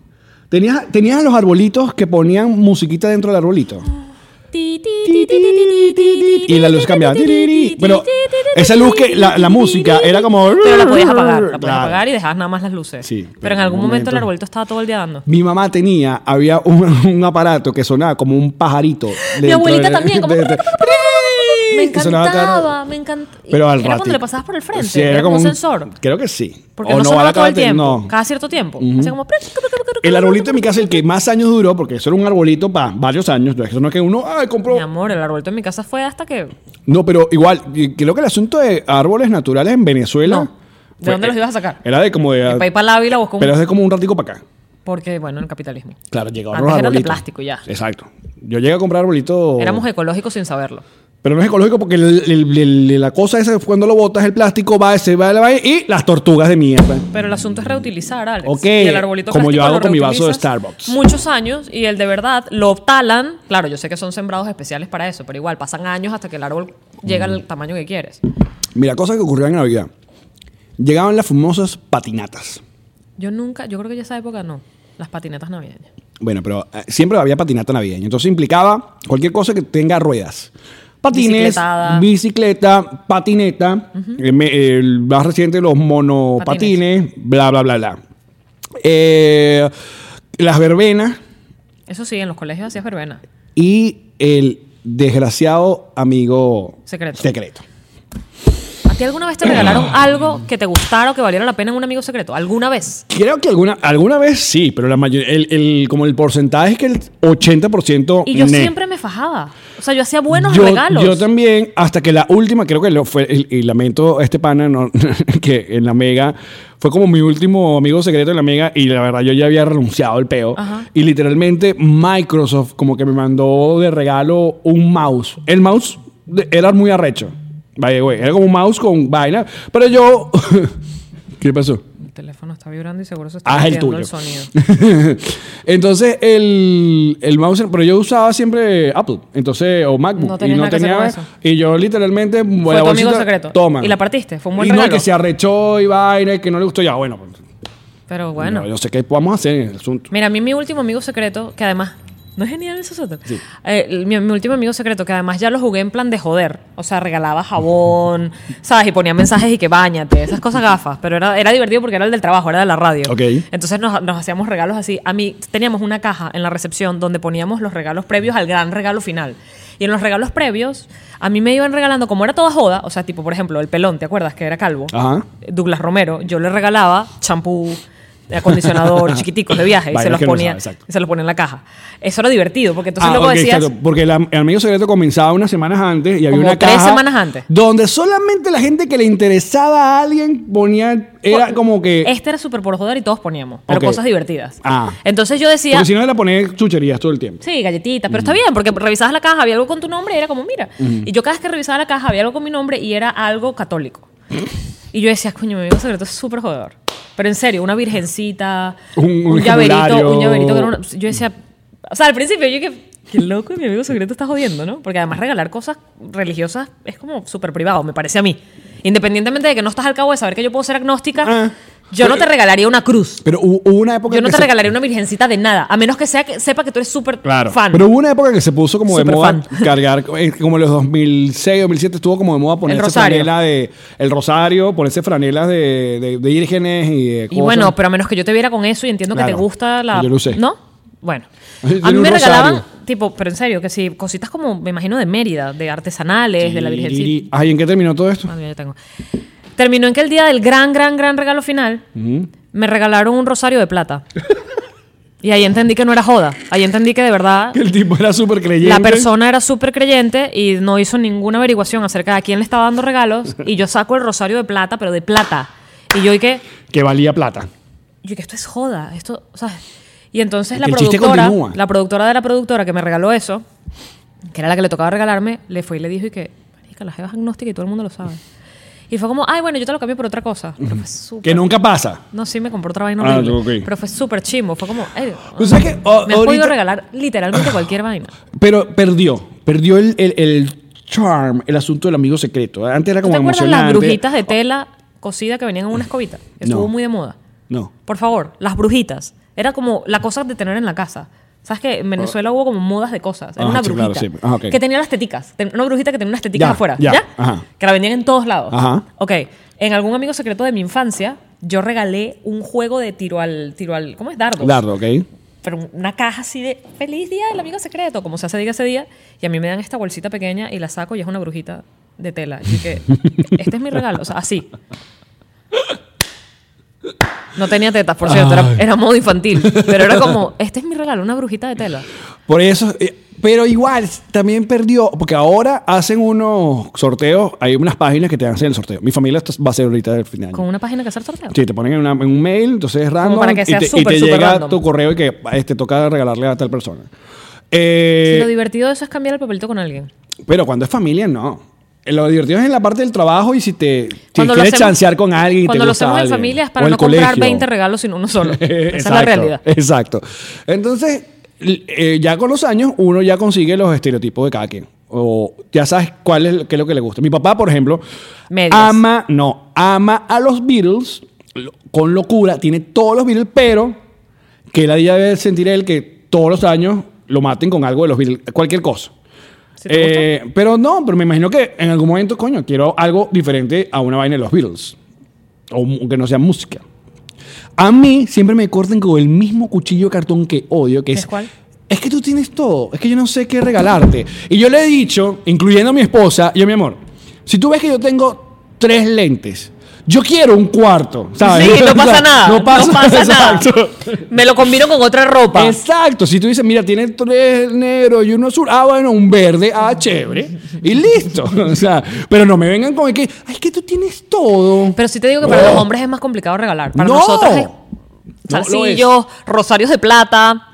Speaker 2: (laughs) Tenías, tenías los arbolitos que ponían musiquita dentro del arbolito.
Speaker 3: Ti, ti, ti, ti, ti, ti, ti, ti, ti,
Speaker 2: Y la luz
Speaker 3: ti,
Speaker 2: cambiaba.
Speaker 3: ti, ti, ti, ti, ti,
Speaker 2: Pero
Speaker 3: ti, ti, ti,
Speaker 2: esa
Speaker 3: ti,
Speaker 2: luz que.
Speaker 3: ti,
Speaker 2: La,
Speaker 3: ti,
Speaker 2: la
Speaker 3: ti,
Speaker 2: música
Speaker 3: ti, ti,
Speaker 2: era como.
Speaker 3: Pero la podías apagar, la podías
Speaker 2: Claro.
Speaker 3: apagar y dejabas nada más las luces.
Speaker 2: Sí,
Speaker 3: pero en algún momento el arbolito estaba todo el día dando.
Speaker 2: Mi mamá tenía, había un, (laughs) un aparato que sonaba como un pajarito. dentro
Speaker 3: abuelita
Speaker 2: de-
Speaker 3: también, como- (laughs) Me
Speaker 2: que sonaba cada-
Speaker 3: encantaba, me encantaba.
Speaker 2: Pero al
Speaker 3: Era cuando
Speaker 2: ratito.
Speaker 3: le pasabas por el frente,
Speaker 2: Sí,
Speaker 3: era, como un
Speaker 2: un-
Speaker 3: sensor.
Speaker 2: Creo que sí.
Speaker 3: Porque
Speaker 2: O
Speaker 3: no,
Speaker 2: vale
Speaker 3: sonaba todo el
Speaker 2: cada-
Speaker 3: tiempo,
Speaker 2: no.
Speaker 3: cada cierto tiempo. Hacía como...
Speaker 2: El arbolito en mi casa, el que más años duró, porque eso era un arbolito para varios años. no, Eso no es que uno, ay, compró.
Speaker 3: Mi amor, el arbolito en mi casa fue hasta que...
Speaker 2: No, pero igual, y creo que el asunto de árboles naturales en Venezuela. e-
Speaker 3: No. ¿De dónde los ibas a sacar?
Speaker 2: Era de como de.
Speaker 3: El país para Ávila buscó un-
Speaker 2: eh, Pero es de como un ratico para acá.
Speaker 3: Porque, bueno, el capitalismo.
Speaker 2: Claro, llegaron
Speaker 3: Antes
Speaker 2: los
Speaker 3: eran de
Speaker 2: arbolitos.
Speaker 3: plástico ya.
Speaker 2: Exacto. Yo llegué a comprar arbolitos.
Speaker 3: Éramos ecológicos sin saberlo.
Speaker 2: Pero no es ecológico porque el- el- el- la cosa esa cuando lo botas, el plástico va, se va, va y las tortugas de mierda.
Speaker 3: Pero el asunto es reutilizar, Alex.
Speaker 2: Ok,
Speaker 3: Y el arbolito
Speaker 2: como yo
Speaker 3: plástico
Speaker 2: hago
Speaker 3: lo
Speaker 2: con mi vaso de
Speaker 3: reutilizas
Speaker 2: Starbucks.
Speaker 3: Muchos años y el de verdad lo talan. Claro, yo sé que son sembrados especiales para eso, pero igual pasan años hasta que el árbol llega al
Speaker 2: Mm.
Speaker 3: tamaño que quieres.
Speaker 2: Mira, cosas que ocurrían en Navidad. Llegaban las famosas patinatas.
Speaker 3: Yo nunca, yo creo que ya esa época no. Las patinetas navideñas.
Speaker 2: Bueno, pero eh, siempre había patinata navideña. Entonces implicaba cualquier cosa que tenga ruedas. Patines,
Speaker 3: Bicicletada.
Speaker 2: bicicleta, patineta, eh, me- el más reciente los monopatines, bla, bla, bla, bla. Eh, las verbenas
Speaker 3: Eso sí, en los colegios hacías verbena.
Speaker 2: y el desgraciado amigo
Speaker 3: Secreto. ¿A ti alguna vez te
Speaker 2: (clears throat)
Speaker 3: regalaron algo que te gustara o que valiera la pena en un amigo secreto? ¿Alguna vez?
Speaker 2: Creo que alguna, alguna vez sí, pero la mayor, el, el- como el porcentaje es que el 80%
Speaker 3: Y yo
Speaker 2: ne.
Speaker 3: siempre me fajaba. O sea, yo hacía buenos
Speaker 2: yo,
Speaker 3: regalos.
Speaker 2: Yo también, hasta que la última, creo que lo fue, y, y lamento a este pana, no, (laughs) que en la mega, fue como mi último amigo secreto en la mega, y la verdad yo ya había renunciado al peo.
Speaker 3: Ajá.
Speaker 2: Y literalmente Microsoft como que me mandó de regalo un mouse. El mouse de- era muy arrecho. Vaya, güey, era como un mouse con vaina. Pero yo... (laughs) ¿Qué pasó?
Speaker 3: El teléfono está vibrando y seguro se está
Speaker 2: Ah, el
Speaker 3: perdiendo
Speaker 2: tuyo.
Speaker 3: el sonido.
Speaker 2: (laughs) Entonces, el, el mouse, pero yo usaba siempre Apple, entonces, o MacBook.
Speaker 3: No
Speaker 2: y
Speaker 3: tenías
Speaker 2: no
Speaker 3: nada que hacer
Speaker 2: tenía.
Speaker 3: con eso.
Speaker 2: Y yo literalmente.
Speaker 3: Fue
Speaker 2: la
Speaker 3: tu
Speaker 2: bolsita,
Speaker 3: amigo secreto.
Speaker 2: Toma.
Speaker 3: Y la partiste, fue un buen
Speaker 2: Y no,
Speaker 3: regalo.
Speaker 2: que se arrechó y vaina, y que no le gustó. Ya, bueno. pues,
Speaker 3: Pero bueno.
Speaker 2: no, yo sé qué podemos hacer en el asunto.
Speaker 3: Mira, a mí mi último amigo secreto, que además. ¿No es genial eso, Soto? Eh, el- mi, mi último amigo secreto, que además ya lo jugué en plan de joder. O sea,
Speaker 2: (laughs)
Speaker 3: regalaba jabón, ¿sabes? Y ponía mensajes y que bañate, esas cosas gafas. Pero era, era divertido porque era el del trabajo, era de la radio.
Speaker 2: Ok.
Speaker 3: Entonces nos, nos hacíamos regalos así. A mí teníamos una caja en la recepción donde poníamos los regalos previos al gran regalo final. Y en los regalos previos, a mí me iban regalando, como era toda joda, o sea, tipo, por ejemplo, el pelón, ¿te acuerdas? Que era calvo.
Speaker 2: Ajá.
Speaker 3: Douglas Romero, yo le regalaba champú,
Speaker 2: (laughs)
Speaker 3: acondicionador, chiquiticos de viaje, y
Speaker 2: Vainas
Speaker 3: se los
Speaker 2: que no
Speaker 3: ponía,
Speaker 2: sabe, exacto.
Speaker 3: y se los ponía en la caja. Eso era divertido, porque entonces
Speaker 2: Ah,
Speaker 3: luego
Speaker 2: ok,
Speaker 3: decías,
Speaker 2: exacto, porque la- el amigo secreto comenzaba unas semanas antes y había
Speaker 3: Como
Speaker 2: una
Speaker 3: tres
Speaker 2: caja
Speaker 3: semanas antes.
Speaker 2: donde solamente la gente que le interesaba a alguien ponía era como que
Speaker 3: este era súper por joder y todos poníamos, pero
Speaker 2: Ok.
Speaker 3: cosas divertidas.
Speaker 2: Ah.
Speaker 3: Entonces yo decía,
Speaker 2: porque si no era poner chucherías todo el tiempo.
Speaker 3: sí, galletitas,
Speaker 2: Mm.
Speaker 3: pero está bien, porque revisabas la caja, había algo con tu nombre y era como, mira. Y yo cada vez que revisaba la caja había algo con mi nombre y era algo católico. y yo decía, coño, mi amigo secreto es súper jodedor. Pero en serio, una virgencita,
Speaker 2: Un-
Speaker 3: un,
Speaker 2: un
Speaker 3: llaverito,
Speaker 2: escapulario.
Speaker 3: un llaverito que era una- Yo decía, o sea, al principio yo que qué loco, mi amigo secreto está jodiendo, ¿no? Porque además regalar cosas religiosas es como súper privado, me parece a mí. Independientemente de que no estás al cabo de saber que yo puedo ser agnóstica,
Speaker 2: Ah.
Speaker 3: yo no te regalaría una cruz.
Speaker 2: Pero hubo hubo una época
Speaker 3: Yo no
Speaker 2: que
Speaker 3: te
Speaker 2: se-
Speaker 3: regalaría una virgencita de nada, a menos que, sea que sepa que tú eres súper
Speaker 2: Claro.
Speaker 3: fan.
Speaker 2: Pero hubo una época que se puso como de
Speaker 3: Súper
Speaker 2: moda
Speaker 3: fan.
Speaker 2: cargar, eh, como en los 2006, 2007, estuvo como de moda ponerse
Speaker 3: rosario.
Speaker 2: franela de. El rosario, ponerse franelas de, de, de vírgenes y de
Speaker 3: Y
Speaker 2: cosas.
Speaker 3: bueno, pero a menos que yo te viera con eso y entiendo que
Speaker 2: Claro.
Speaker 3: te gusta la.
Speaker 2: Yo lo usé.
Speaker 3: ¿No?
Speaker 2: (laughs)
Speaker 3: Bueno.
Speaker 2: Tiene
Speaker 3: A mí
Speaker 2: un
Speaker 3: me regalaban,
Speaker 2: rosario.
Speaker 3: tipo, pero en serio, que sí, cositas como, me imagino, de Mérida, de artesanales, de la Virgencita.
Speaker 2: Ay, ¿en qué terminó todo esto?
Speaker 3: Ah, mira, ya tengo. Terminó en que el día del gran, gran, gran regalo final, me regalaron un rosario de plata. y ahí entendí que no era joda. Ahí entendí que de verdad
Speaker 2: Que el tipo era súper creyente.
Speaker 3: la persona era súper creyente y no hizo ninguna averiguación acerca de a quién le estaba dando regalos. y yo saco el rosario de plata, pero de plata. Y yo, ¿y qué?
Speaker 2: Que valía plata.
Speaker 3: yo que esto es joda, esto, ¿sabes? Y entonces la
Speaker 2: Que el chiste
Speaker 3: productora,
Speaker 2: continúa.
Speaker 3: la productora de la productora que me regaló eso, que era la que le tocaba regalarme, le fue y le dijo y que, marica, la jeva es agnóstica y todo el mundo lo sabe. Y fue como, ay, bueno, yo te lo cambio por otra cosa. Pero fue súper...
Speaker 2: Que nunca pasa.
Speaker 3: No, sí, me compró otra vaina
Speaker 2: Ah,
Speaker 3: horrible.
Speaker 2: ok.
Speaker 3: Pero fue súper chimo. Fue como, "Ey,
Speaker 2: Tú sabes que, o-
Speaker 3: me has
Speaker 2: ahorita-
Speaker 3: podido regalar
Speaker 2: (coughs)
Speaker 3: literalmente cualquier vaina.
Speaker 2: Pero perdió. Perdió el, el, el charm, el asunto del amigo secreto. Antes era
Speaker 3: ¿Tú
Speaker 2: como
Speaker 3: te acuerdas las
Speaker 2: emocionante.
Speaker 3: brujitas de tela cosida que venían en una escobita? Estuvo
Speaker 2: No.
Speaker 3: muy de moda.
Speaker 2: No.
Speaker 3: Por favor, las brujitas. Era como la cosa de tener en la casa. ¿Sabes que En Venezuela hubo como modas de cosas. Era
Speaker 2: Ah,
Speaker 3: una
Speaker 2: sí,
Speaker 3: brujita.
Speaker 2: claro, sí. Ah, ok.
Speaker 3: Que tenía las teticas. Ten- Una brujita que tenía unas teticas
Speaker 2: Ya,
Speaker 3: afuera.
Speaker 2: ya,
Speaker 3: Ya.
Speaker 2: ajá.
Speaker 3: Que la vendían en todos lados.
Speaker 2: Ajá.
Speaker 3: Ok. En algún amigo secreto de mi infancia, yo regalé un juego de tiro al. Tiro al ¿Cómo es? Dardos.
Speaker 2: Dardo, ¿ok?
Speaker 3: Pero una caja así de feliz día del amigo secreto, como se hace día ese día. Y a mí me dan esta bolsita pequeña y la saco y es una brujita de tela. Y que, este es mi regalo. O sea, así. No tenía tetas, por cierto, era, era modo infantil. Pero era como, este es mi regalo, una brujita de tela.
Speaker 2: Por eso. eh, pero igual, también perdió. Porque ahora hacen unos sorteos. Hay unas páginas que te hacen el sorteo. Mi familia esto va a ser ahorita el final.
Speaker 3: Con una página que hacer sorteo.
Speaker 2: Sí, te ponen en, una- en un mail, entonces es random.
Speaker 3: para que sea
Speaker 2: y te, y
Speaker 3: súper,
Speaker 2: te
Speaker 3: súper
Speaker 2: llega
Speaker 3: random.
Speaker 2: tu correo y que eh, te toca regalarle a tal persona. Eh,
Speaker 3: Sí, lo divertido de eso es cambiar el papelito con alguien.
Speaker 2: Pero cuando es familia, no. Eh, Lo divertido es en la parte del trabajo y si te si
Speaker 3: Cuando lo
Speaker 2: quieres
Speaker 3: hacemos-
Speaker 2: chancear con alguien. y te
Speaker 3: Cuando lo
Speaker 2: gusta
Speaker 3: hacemos en
Speaker 2: alguien,
Speaker 3: familia es
Speaker 2: o
Speaker 3: para
Speaker 2: el
Speaker 3: no comprar
Speaker 2: colegio.
Speaker 3: 20 regalos sino
Speaker 2: (laughs)
Speaker 3: uno solo. (laughs) Esa es la
Speaker 2: Exacto,
Speaker 3: realidad.
Speaker 2: Exacto. Entonces, l- eh, ya con los años, uno ya consigue los estereotipos de cada quien. O ya sabes cuál es, qué es lo que le gusta. Mi papá, por ejemplo,
Speaker 3: Medias.
Speaker 2: ama, no, ama a los Beatles lo- con locura. Tiene todos los Beatles, pero que la día debe sentir él que todos los años lo maten con algo de los Beatles, cualquier cosa.
Speaker 3: ¿Sí te gusta?
Speaker 2: Eh, pero no, pero me imagino que en algún momento, coño, quiero algo diferente a una vaina de los Beatles. O mu- que no sea música. A mí siempre me cortan con el mismo cuchillo de cartón que odio, que
Speaker 3: ¿Es
Speaker 2: es...
Speaker 3: cuál?
Speaker 2: Es que tú tienes todo, es que yo no sé qué regalarte. Y yo le he dicho, incluyendo a mi esposa, yo mi amor, si tú ves que yo tengo tres lentes, yo quiero un cuarto, ¿sabes?
Speaker 3: Sí,
Speaker 2: (laughs)
Speaker 3: no
Speaker 2: O sea,
Speaker 3: (laughs) pasa nada.
Speaker 2: No pasa, (laughs)
Speaker 3: (laughs)
Speaker 2: exacto.
Speaker 3: nada. Me lo combino con otra ropa.
Speaker 2: Exacto, si tú dices, mira, tiene tres negros y uno azul, ah, bueno, un verde, ah, chévere, y listo. (laughs) O sea, pero no me vengan con el que, ay, es que tú tienes todo.
Speaker 3: Pero sí te digo que para
Speaker 2: No.
Speaker 3: los hombres es más complicado regalar. Para
Speaker 2: No.
Speaker 3: nosotras es
Speaker 2: No, lo es.
Speaker 3: zarcillos, rosarios de plata,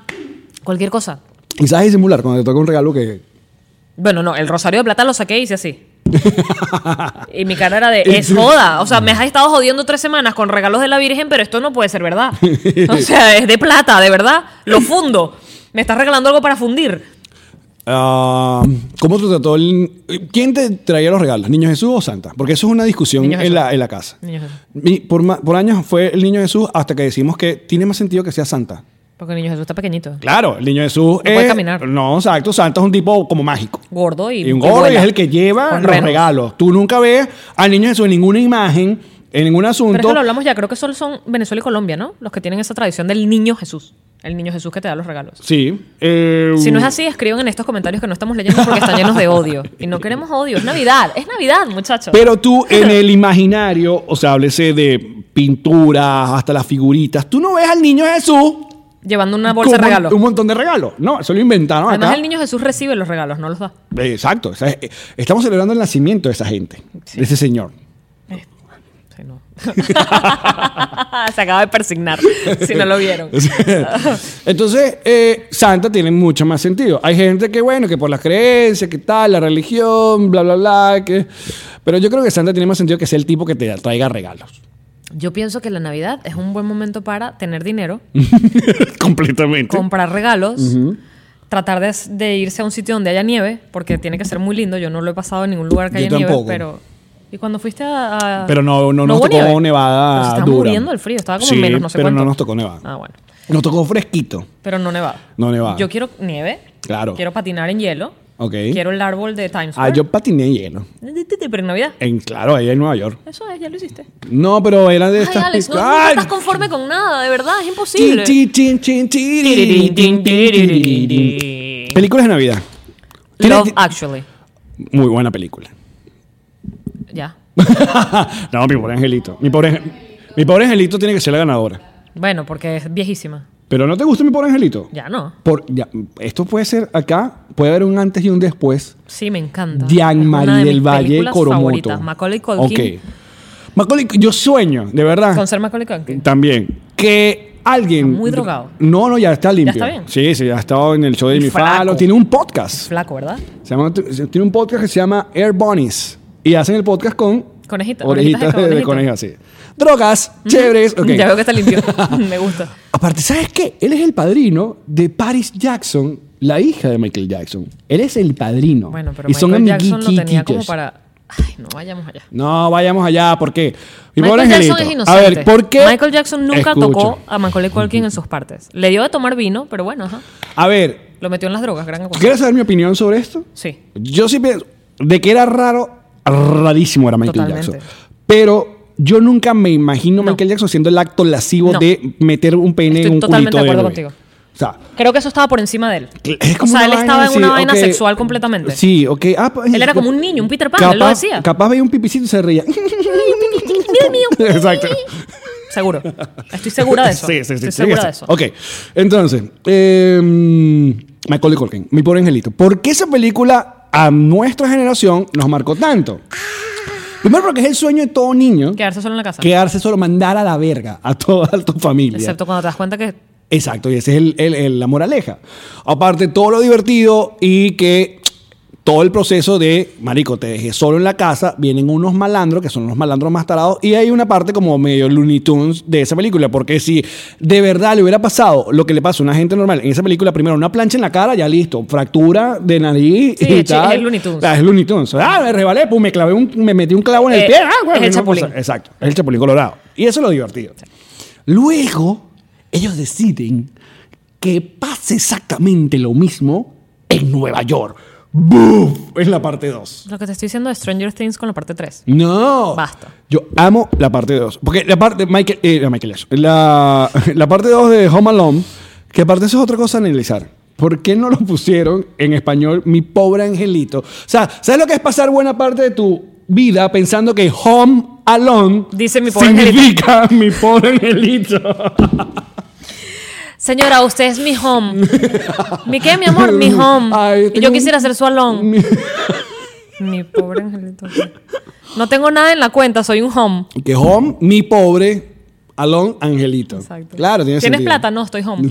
Speaker 3: cualquier cosa.
Speaker 2: Y sabes disimular cuando te toca un regalo que...
Speaker 3: Bueno, no, el rosario de plata lo saqué y
Speaker 2: (laughs)
Speaker 3: hice así. y mi cara era de,
Speaker 2: Y
Speaker 3: es
Speaker 2: tú-
Speaker 3: joda. O sea, me has estado jodiendo tres semanas con regalos de la Virgen, pero esto no puede ser verdad.
Speaker 2: (laughs)
Speaker 3: O sea, es de plata, de verdad. Lo fundo. Me estás regalando algo para fundir.
Speaker 2: Ah, ¿Cómo te trató el... ¿Quién te traía los regalos? ¿Niño Jesús o Santa? Porque eso es una discusión
Speaker 3: Niño
Speaker 2: en la, en la casa. Mi- por, ma- por años fue el Niño Jesús hasta que decimos que tiene más sentido que sea Santa.
Speaker 3: Porque el niño Jesús está pequeñito.
Speaker 2: Claro, el Niño Jesús
Speaker 3: No puede caminar.
Speaker 2: No, exacto. Santa es un tipo como mágico.
Speaker 3: Gordo y.
Speaker 2: Y un gordo
Speaker 3: vuela.
Speaker 2: es el que lleva
Speaker 3: Con
Speaker 2: los
Speaker 3: renos.
Speaker 2: regalos. Tú nunca ves al niño Jesús en ninguna imagen, en ningún
Speaker 3: Pero
Speaker 2: asunto.
Speaker 3: eso lo hablamos ya, creo que solo son Venezuela y Colombia, ¿no? Los que tienen esa tradición del niño Jesús. El niño Jesús que te da los regalos.
Speaker 2: Sí. eh,
Speaker 3: Si no es así, escriban en estos comentarios que no estamos leyendo porque están llenos de odio. Y no queremos odio. Es Navidad. Es Navidad, muchachos.
Speaker 2: Pero
Speaker 3: (laughs)
Speaker 2: tú en el imaginario, o sea, háblese de pinturas hasta las figuritas, tú no ves al niño Jesús
Speaker 3: Llevando una
Speaker 2: con
Speaker 3: bolsa de
Speaker 2: mon-
Speaker 3: regalos.
Speaker 2: un montón de regalos. No, eso lo inventaron
Speaker 3: Además,
Speaker 2: acá.
Speaker 3: el niño Jesús recibe los regalos, no los da.
Speaker 2: Eh, Exacto. o sea, eh, estamos celebrando el nacimiento de esa gente, de ese señor.
Speaker 3: Sí,
Speaker 2: (laughs)
Speaker 3: no. Se acaba de persignar, si no lo vieron.
Speaker 2: (laughs) Entonces, eh, Santa tiene mucho más sentido. Hay gente que, bueno, que por las creencias, que tal, la religión, bla, bla, bla. Que... Pero yo creo que Santa tiene más sentido que sea el tipo que te traiga regalos. (laughs)
Speaker 3: Yo pienso que la Navidad es un buen momento para tener dinero,
Speaker 2: Completamente.
Speaker 3: comprar regalos, tratar de, de irse a un sitio donde haya nieve, porque tiene que ser muy lindo. Yo no lo he pasado en ningún lugar
Speaker 2: Yo
Speaker 3: que haya
Speaker 2: tampoco.
Speaker 3: nieve, pero. ¿Y cuando fuiste a.? a-
Speaker 2: Pero no, no, nos
Speaker 3: hubo
Speaker 2: tocó
Speaker 3: nieve?
Speaker 2: nevada
Speaker 3: Pero se estaba
Speaker 2: dura.
Speaker 3: muriendo el frío, estaba como
Speaker 2: Sí,
Speaker 3: en menos, no sé
Speaker 2: pero
Speaker 3: cuánto.
Speaker 2: no nos tocó nevada.
Speaker 3: Ah, bueno.
Speaker 2: Nos tocó fresquito.
Speaker 3: Pero no nevada.
Speaker 2: No nevada.
Speaker 3: Yo quiero nieve.
Speaker 2: Claro.
Speaker 3: Quiero patinar en hielo.
Speaker 2: Ok.
Speaker 3: Quiero el árbol de Times
Speaker 2: Ah,
Speaker 3: Square.
Speaker 2: yo patiné hielo.
Speaker 3: (laughs) Pero en Navidad.
Speaker 2: En, claro, ahí en Nueva York.
Speaker 3: Eso es, ya lo hiciste.
Speaker 2: No, pero era de
Speaker 3: Ay,
Speaker 2: estas
Speaker 3: Alex, no,
Speaker 2: pistas-
Speaker 3: nunca
Speaker 2: ¡Ay!
Speaker 3: estás conforme con nada, de verdad, es
Speaker 2: Chin,
Speaker 3: imposible.
Speaker 2: chin, chin, chin, tiririn, tin, tiririn. Películas de Navidad.
Speaker 3: Love
Speaker 2: Tienes-
Speaker 3: Actually.
Speaker 2: Muy buena película.
Speaker 3: Ya.
Speaker 2: (laughs) no, mi pobre angelito. Mi pobre, Ange- mi pobre angelito tiene que ser la ganadora.
Speaker 3: Bueno, porque es viejísima.
Speaker 2: Pero no te gusta mi pobre angelito.
Speaker 3: Ya no.
Speaker 2: Por, ya, esto puede ser acá, puede haber un antes y un después.
Speaker 3: Sí, me encanta.
Speaker 2: Diane
Speaker 3: Es una de
Speaker 2: Marie
Speaker 3: mis
Speaker 2: del Valle
Speaker 3: películas
Speaker 2: Coromoto.
Speaker 3: favoritas. Macaulay Culkin.
Speaker 2: Ok. Macaulay, yo sueño, de verdad.
Speaker 3: Con ser Macaulay Culkin.
Speaker 2: También. Que alguien.
Speaker 3: Está muy drogado.
Speaker 2: No, no, ya está limpio.
Speaker 3: está bien?
Speaker 2: Sí, sí, ya ha estado en el show de
Speaker 3: Y
Speaker 2: mi
Speaker 3: flaco.
Speaker 2: falo. Tiene un podcast.
Speaker 3: Flaco, ¿verdad?
Speaker 2: Se llama- tiene un podcast que se llama Air Bunnies. Y hacen el podcast con.
Speaker 3: Conejita-
Speaker 2: Orejitas
Speaker 3: orejitas
Speaker 2: de, (laughs)
Speaker 3: de
Speaker 2: de
Speaker 3: conejito.
Speaker 2: conejas, sí. Drogas, chéveres. ok.
Speaker 3: (laughs) Ya veo que
Speaker 2: (laughs)
Speaker 3: está limpio. me gusta.
Speaker 2: Aparte, ¿sabes qué? Él es el padrino de Paris Jackson, la hija de Michael Jackson. Él es el padrino.
Speaker 3: Bueno, pero
Speaker 2: y son
Speaker 3: Michael Jackson lo
Speaker 2: amiguiquiquiches.
Speaker 3: tenía como para... Ay, no vayamos allá.
Speaker 2: No, vayamos allá, ¿por qué? Mi
Speaker 3: Michael
Speaker 2: pobre
Speaker 3: Jackson es
Speaker 2: angelito.
Speaker 3: inocente.
Speaker 2: A ver, ¿por qué?
Speaker 3: Michael Jackson nunca
Speaker 2: Escucha.
Speaker 3: tocó a Macaulay Culkin en sus partes. Le dio de tomar vino, pero bueno, ajá.
Speaker 2: A ver,
Speaker 3: Lo metió en las drogas, gran
Speaker 2: ¿tú
Speaker 3: cosa.
Speaker 2: ¿quieres saber mi opinión sobre esto?
Speaker 3: Sí.
Speaker 2: Yo sí pienso de que era raro, rarísimo era Michael
Speaker 3: Totalmente.
Speaker 2: Jackson. Pero yo nunca me imagino a
Speaker 3: No.
Speaker 2: Michael Jackson siendo el acto lascivo
Speaker 3: No.
Speaker 2: de meter un pene en
Speaker 3: Estoy
Speaker 2: un
Speaker 3: totalmente
Speaker 2: culito
Speaker 3: de acuerdo
Speaker 2: bebé.
Speaker 3: contigo.
Speaker 2: O sea,
Speaker 3: Creo que eso estaba por encima de él.
Speaker 2: es como
Speaker 3: o sea, él
Speaker 2: una
Speaker 3: estaba en
Speaker 2: vaina
Speaker 3: una
Speaker 2: así,
Speaker 3: vaina
Speaker 2: ok,
Speaker 3: sexual completamente.
Speaker 2: Sí, ok. Ah, pues,
Speaker 3: Él era como un niño, un Peter Pan,
Speaker 2: capaz,
Speaker 3: él lo decía.
Speaker 2: Capaz veía un pipicito y se
Speaker 3: (laughs)
Speaker 2: reía. (laughs) Exacto.
Speaker 3: Seguro.
Speaker 2: (laughs)
Speaker 3: Estoy segura de eso.
Speaker 2: Sí, sí, sí.
Speaker 3: Estoy
Speaker 2: sí,
Speaker 3: segura
Speaker 2: sí.
Speaker 3: de eso.
Speaker 2: Ok. Entonces, eh, Macaulay Culkin, mi pobre angelito. ¿Por qué esa película a nuestra generación nos marcó tanto?
Speaker 3: Ah.
Speaker 2: Primero porque es el sueño de todo niño
Speaker 3: Quedarse solo en la casa.
Speaker 2: quedarse solo, mandar a la verga a toda tu familia.
Speaker 3: Excepto cuando te das cuenta que
Speaker 2: Exacto, y esa es el- el- el- la moraleja. Aparte, todo lo divertido y que todo el proceso de, marico, te dejé solo en la casa, vienen unos malandros, que son los malandros más tarados, y hay una parte como medio Looney Tunes de esa película, porque si de verdad le hubiera pasado lo que le pasa a una gente normal en esa película, primero una plancha en la cara, ya listo, fractura de nariz
Speaker 3: Sí,
Speaker 2: y
Speaker 3: es- es
Speaker 2: tal.
Speaker 3: Looney Tunes.
Speaker 2: Ah, es Looney Tunes. Ah, me rebalé, pum, me clavé un, me metí un clavo en el
Speaker 3: Eh,
Speaker 2: pie. Ah, bueno,
Speaker 3: es el
Speaker 2: no pasa-
Speaker 3: Chapulín.
Speaker 2: Exacto, es el chapulín colorado. Y eso es lo divertido. Luego, ellos deciden que pase exactamente lo mismo en Nueva York. ¡Buf! Es la parte 2.
Speaker 3: lo que te estoy diciendo de Stranger Things con la parte 3.
Speaker 2: No.
Speaker 3: Basta.
Speaker 2: Yo amo la parte 2. Porque la parte. Michael, eh, la Michael Jackson. La, (laughs) la parte 2 de Home Alone, que aparte eso es otra cosa a analizar. ¿Por qué no lo pusieron en español, mi pobre angelito? O sea, ¿sabes lo que es pasar buena parte de tu vida pensando que Home Alone
Speaker 3: Dice mi pobre angelito.
Speaker 2: significa (laughs) mi pobre angelito?
Speaker 3: Señora, usted es mi
Speaker 2: (laughs)
Speaker 3: home. ¿Mi qué, mi amor? Mi home.
Speaker 2: Ay,
Speaker 3: y
Speaker 2: tengo
Speaker 3: yo
Speaker 2: un-
Speaker 3: quisiera ser su alón.
Speaker 2: Mi-
Speaker 3: Mi pobre angelito. No tengo nada en la cuenta, soy un home.
Speaker 2: Que home, mi pobre, alón, angelito.
Speaker 3: Exacto.
Speaker 2: Claro, tiene
Speaker 3: ¿Tienes
Speaker 2: sentido.
Speaker 3: plata? No, estoy home.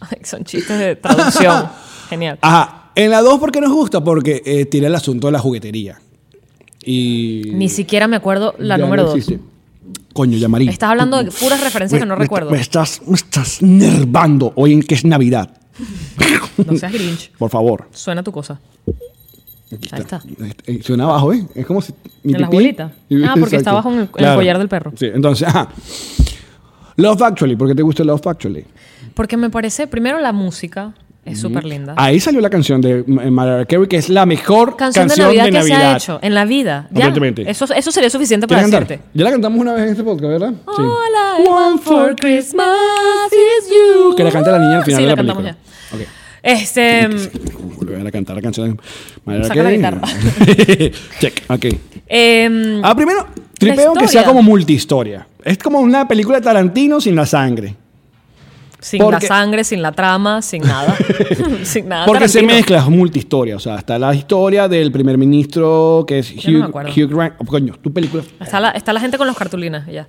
Speaker 3: Ay, son chistes
Speaker 2: (laughs)
Speaker 3: de traducción. Genial.
Speaker 2: Ah, Ajá. En la 2, ¿por qué nos gusta? Porque eh, tiene el asunto de la juguetería. Y.
Speaker 3: Ni siquiera me acuerdo la
Speaker 2: eh, ya
Speaker 3: número
Speaker 2: no
Speaker 3: 2.
Speaker 2: existe. Coño, ya María.
Speaker 3: Estás hablando de puras referencias que no
Speaker 2: Me-
Speaker 3: recuerdo.
Speaker 2: Me, estás, me estás nervando hoy en que es Navidad.
Speaker 3: No seas grinch.
Speaker 2: Por favor.
Speaker 3: Suena tu cosa. Ahí está.
Speaker 2: Eh, Suena abajo, ¿eh? Es como si. mi
Speaker 3: En la
Speaker 2: pipí-
Speaker 3: bolita. Ah, porque
Speaker 2: Exacto.
Speaker 3: está abajo en el- en el collar del perro.
Speaker 2: Sí, entonces, ajá. Love Actually, ¿por qué te gusta Love Actually?
Speaker 3: Porque me parece, primero, la música es súper linda.
Speaker 2: Ahí salió la canción de Ma- Mariah Carey, que es la mejor
Speaker 3: Canción, de Navidad que se ha hecho en la vida. Ya.
Speaker 2: Completamente.
Speaker 3: Eso, eso sería suficiente para
Speaker 2: ¿Quieres cantar?
Speaker 3: decirte.
Speaker 2: Ya la cantamos una vez en este podcast, ¿verdad? Sí.
Speaker 3: All I want for Christmas is you.
Speaker 2: Que la canta la niña al final
Speaker 3: Sí,
Speaker 2: de
Speaker 3: la
Speaker 2: la,
Speaker 3: cantamos
Speaker 2: película. Ok.
Speaker 3: ya. Este,
Speaker 2: Volver a cantar la canción. de Mariah
Speaker 3: Saca la
Speaker 2: Carey.
Speaker 3: guitarra.
Speaker 2: (laughs) Check. Ok.
Speaker 3: em,
Speaker 2: Ah, primero, tripeo que
Speaker 3: historia.
Speaker 2: sea como multihistoria. Es como una película de Tarantino sin la sangre.
Speaker 3: sin
Speaker 2: porque-
Speaker 3: la sangre, sin la trama,
Speaker 2: (laughs)
Speaker 3: sin nada. (laughs) sin nada.
Speaker 2: Porque se
Speaker 3: Tarantino.
Speaker 2: mezcla multihistoria. O sea, está la historia del primer ministro que es
Speaker 3: Yo no me
Speaker 2: Hugh,
Speaker 3: acuerdo.
Speaker 2: Hugh Grant. Oh, coño, tu película.
Speaker 3: Está la, está la gente con los cartulinas, y ya.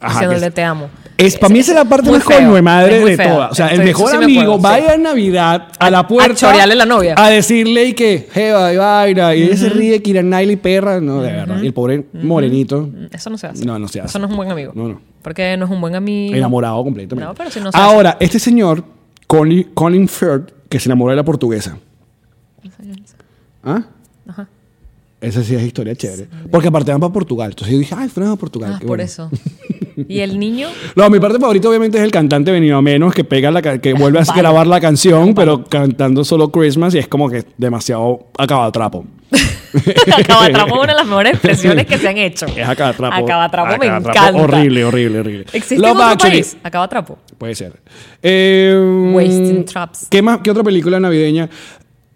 Speaker 2: Ajá, que
Speaker 3: diciéndole
Speaker 2: es-
Speaker 3: te amo.
Speaker 2: Es, para mí esa es la parte
Speaker 3: muy
Speaker 2: más
Speaker 3: feo,
Speaker 2: coño de madre
Speaker 3: es muy
Speaker 2: de
Speaker 3: feo.
Speaker 2: toda. O sea, el
Speaker 3: Estoy-
Speaker 2: mejor
Speaker 3: sí me
Speaker 2: amigo
Speaker 3: acuerdo,
Speaker 2: vaya
Speaker 3: sí.
Speaker 2: a Navidad a la puerta.
Speaker 3: chorearle la novia.
Speaker 2: A decirle y que, jeva, y vaina. Y ella se ríe, que y perra. No, de verdad. Y el pobre morenito,
Speaker 3: Mm, Eso no se hace.
Speaker 2: No, no se hace.
Speaker 3: Eso no es un buen amigo.
Speaker 2: No, no.
Speaker 3: Porque no es un buen amigo.
Speaker 2: enamorado completamente.
Speaker 3: No, pero si no se
Speaker 2: Ahora, este señor, Colin, Colin Firth, que se enamoró de la portuguesa. ¿Ah?
Speaker 3: Ajá.
Speaker 2: Esa sí es historia chévere. Porque aparte van para Portugal. Entonces yo dije, ay, fueron a Portugal.
Speaker 3: Ah,
Speaker 2: qué
Speaker 3: por
Speaker 2: bueno". (laughs)
Speaker 3: eso. Y el niño,
Speaker 2: No, mi parte favorita obviamente es el cantante venido a menos que pega la ca- que vuelve a grabar la canción, pero cantando solo Christmas y es como que demasiado acaba trapo.
Speaker 3: Acabatrapo es una de las mejores expresiones que se han hecho.
Speaker 2: Es acaba trapo.
Speaker 3: Acabatrapo me encanta.
Speaker 2: Horrible, horrible, horrible.
Speaker 3: ¿Existe en
Speaker 2: Love
Speaker 3: otro
Speaker 2: Actually.
Speaker 3: país? Acabatrapo.
Speaker 2: Puede ser. Eh,
Speaker 3: Wasting Traps.
Speaker 2: ¿Qué más? ¿Qué otra película navideña?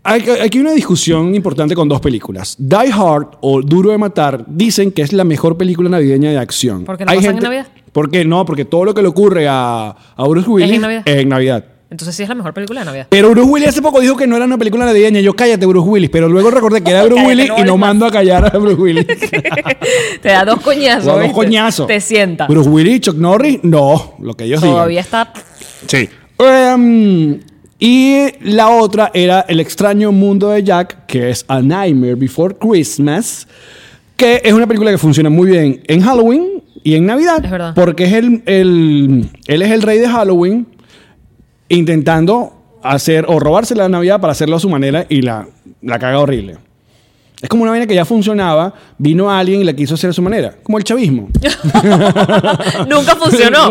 Speaker 2: Hay- hay- Aquí hay una discusión importante con dos películas. Die Hard o Duro de Matar dicen que es la mejor película navideña de acción.
Speaker 3: ¿Por qué la
Speaker 2: Hay
Speaker 3: pasan en Navidad?
Speaker 2: ¿Por qué no? Porque todo lo que le ocurre a, a Bruce Willis
Speaker 3: en Navidad.
Speaker 2: es en Navidad.
Speaker 3: Entonces sí es la mejor película
Speaker 2: (laughs)
Speaker 3: de Navidad.
Speaker 2: Pero Bruce Willis hace poco dijo que no era una película navideña. Yo cállate, Bruce Willis. Pero luego recordé que era Bruce
Speaker 3: (laughs) Cállate,
Speaker 2: Willis
Speaker 3: no
Speaker 2: y no
Speaker 3: hables más.
Speaker 2: mando a callar a
Speaker 3: (laughs)
Speaker 2: Bruce Willis.
Speaker 3: Te da dos coñazos.
Speaker 2: Los dos
Speaker 3: ¿viste?
Speaker 2: coñazos.
Speaker 3: Te sienta.
Speaker 2: Bruce Willis, Chuck Norris, no. Lo que ellos digan.
Speaker 3: Todavía está.
Speaker 2: Sí. Em, y la otra era El extraño mundo de Jack, que es A Nightmare Before Christmas, que es una película que funciona muy bien en Halloween y en Navidad.
Speaker 3: Es verdad.
Speaker 2: Porque es el, el- él es el rey de Halloween intentando hacer o robarse la Navidad para hacerlo a su manera y la, la caga horrible. Es como una vaina que ya funcionaba, vino alguien y la quiso hacer a su manera, como el chavismo.
Speaker 3: Nunca funcionó.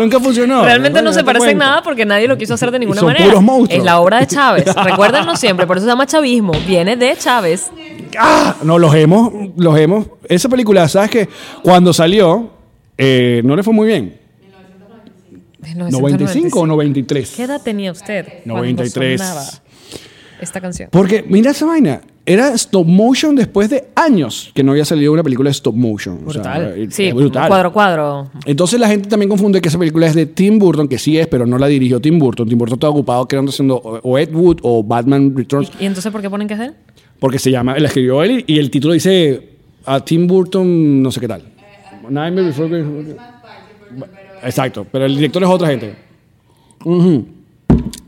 Speaker 2: (laughs) Nunca funcionó.
Speaker 3: Realmente
Speaker 2: Bueno,
Speaker 3: no se
Speaker 2: date
Speaker 3: parece en
Speaker 2: cuenta.
Speaker 3: nada porque nadie lo quiso hacer de ninguna
Speaker 2: son
Speaker 3: manera.
Speaker 2: puros monstruos.
Speaker 3: Es la obra
Speaker 2: (laughs)
Speaker 3: de Chávez. Recuérdenlo siempre. Por eso se llama chavismo. Viene de Chávez.
Speaker 2: ¡Ah! No, los hemos, los hemos. Esa película, ¿sabes que Cuando salió, eh, no le fue muy bien.
Speaker 3: De
Speaker 2: ¿95 o
Speaker 3: ¿Qué
Speaker 2: 93?
Speaker 3: edad tenía usted? cuando
Speaker 2: 93.
Speaker 3: sonaba Esta canción.
Speaker 2: Porque, mira esa vaina. Era stop motion después de años que no había salido una película de stop motion. O sea, eh,
Speaker 3: sí,
Speaker 2: es brutal.
Speaker 3: cuadro cuadro.
Speaker 2: Entonces la gente también confunde que esa película es de Tim Burton, que sí es, pero no la dirigió Tim Burton. Tim Burton estaba ocupado creando haciendo o o Ed Wood o Batman Returns,
Speaker 3: ¿Y entonces por qué ponen que es de él?
Speaker 2: porque se llama, la escribió él y, y el título dice a Tim Burton, no sé qué tal. Nightmare Before Eh, Christmas. Exacto, pero el director es otra gente. Ujú.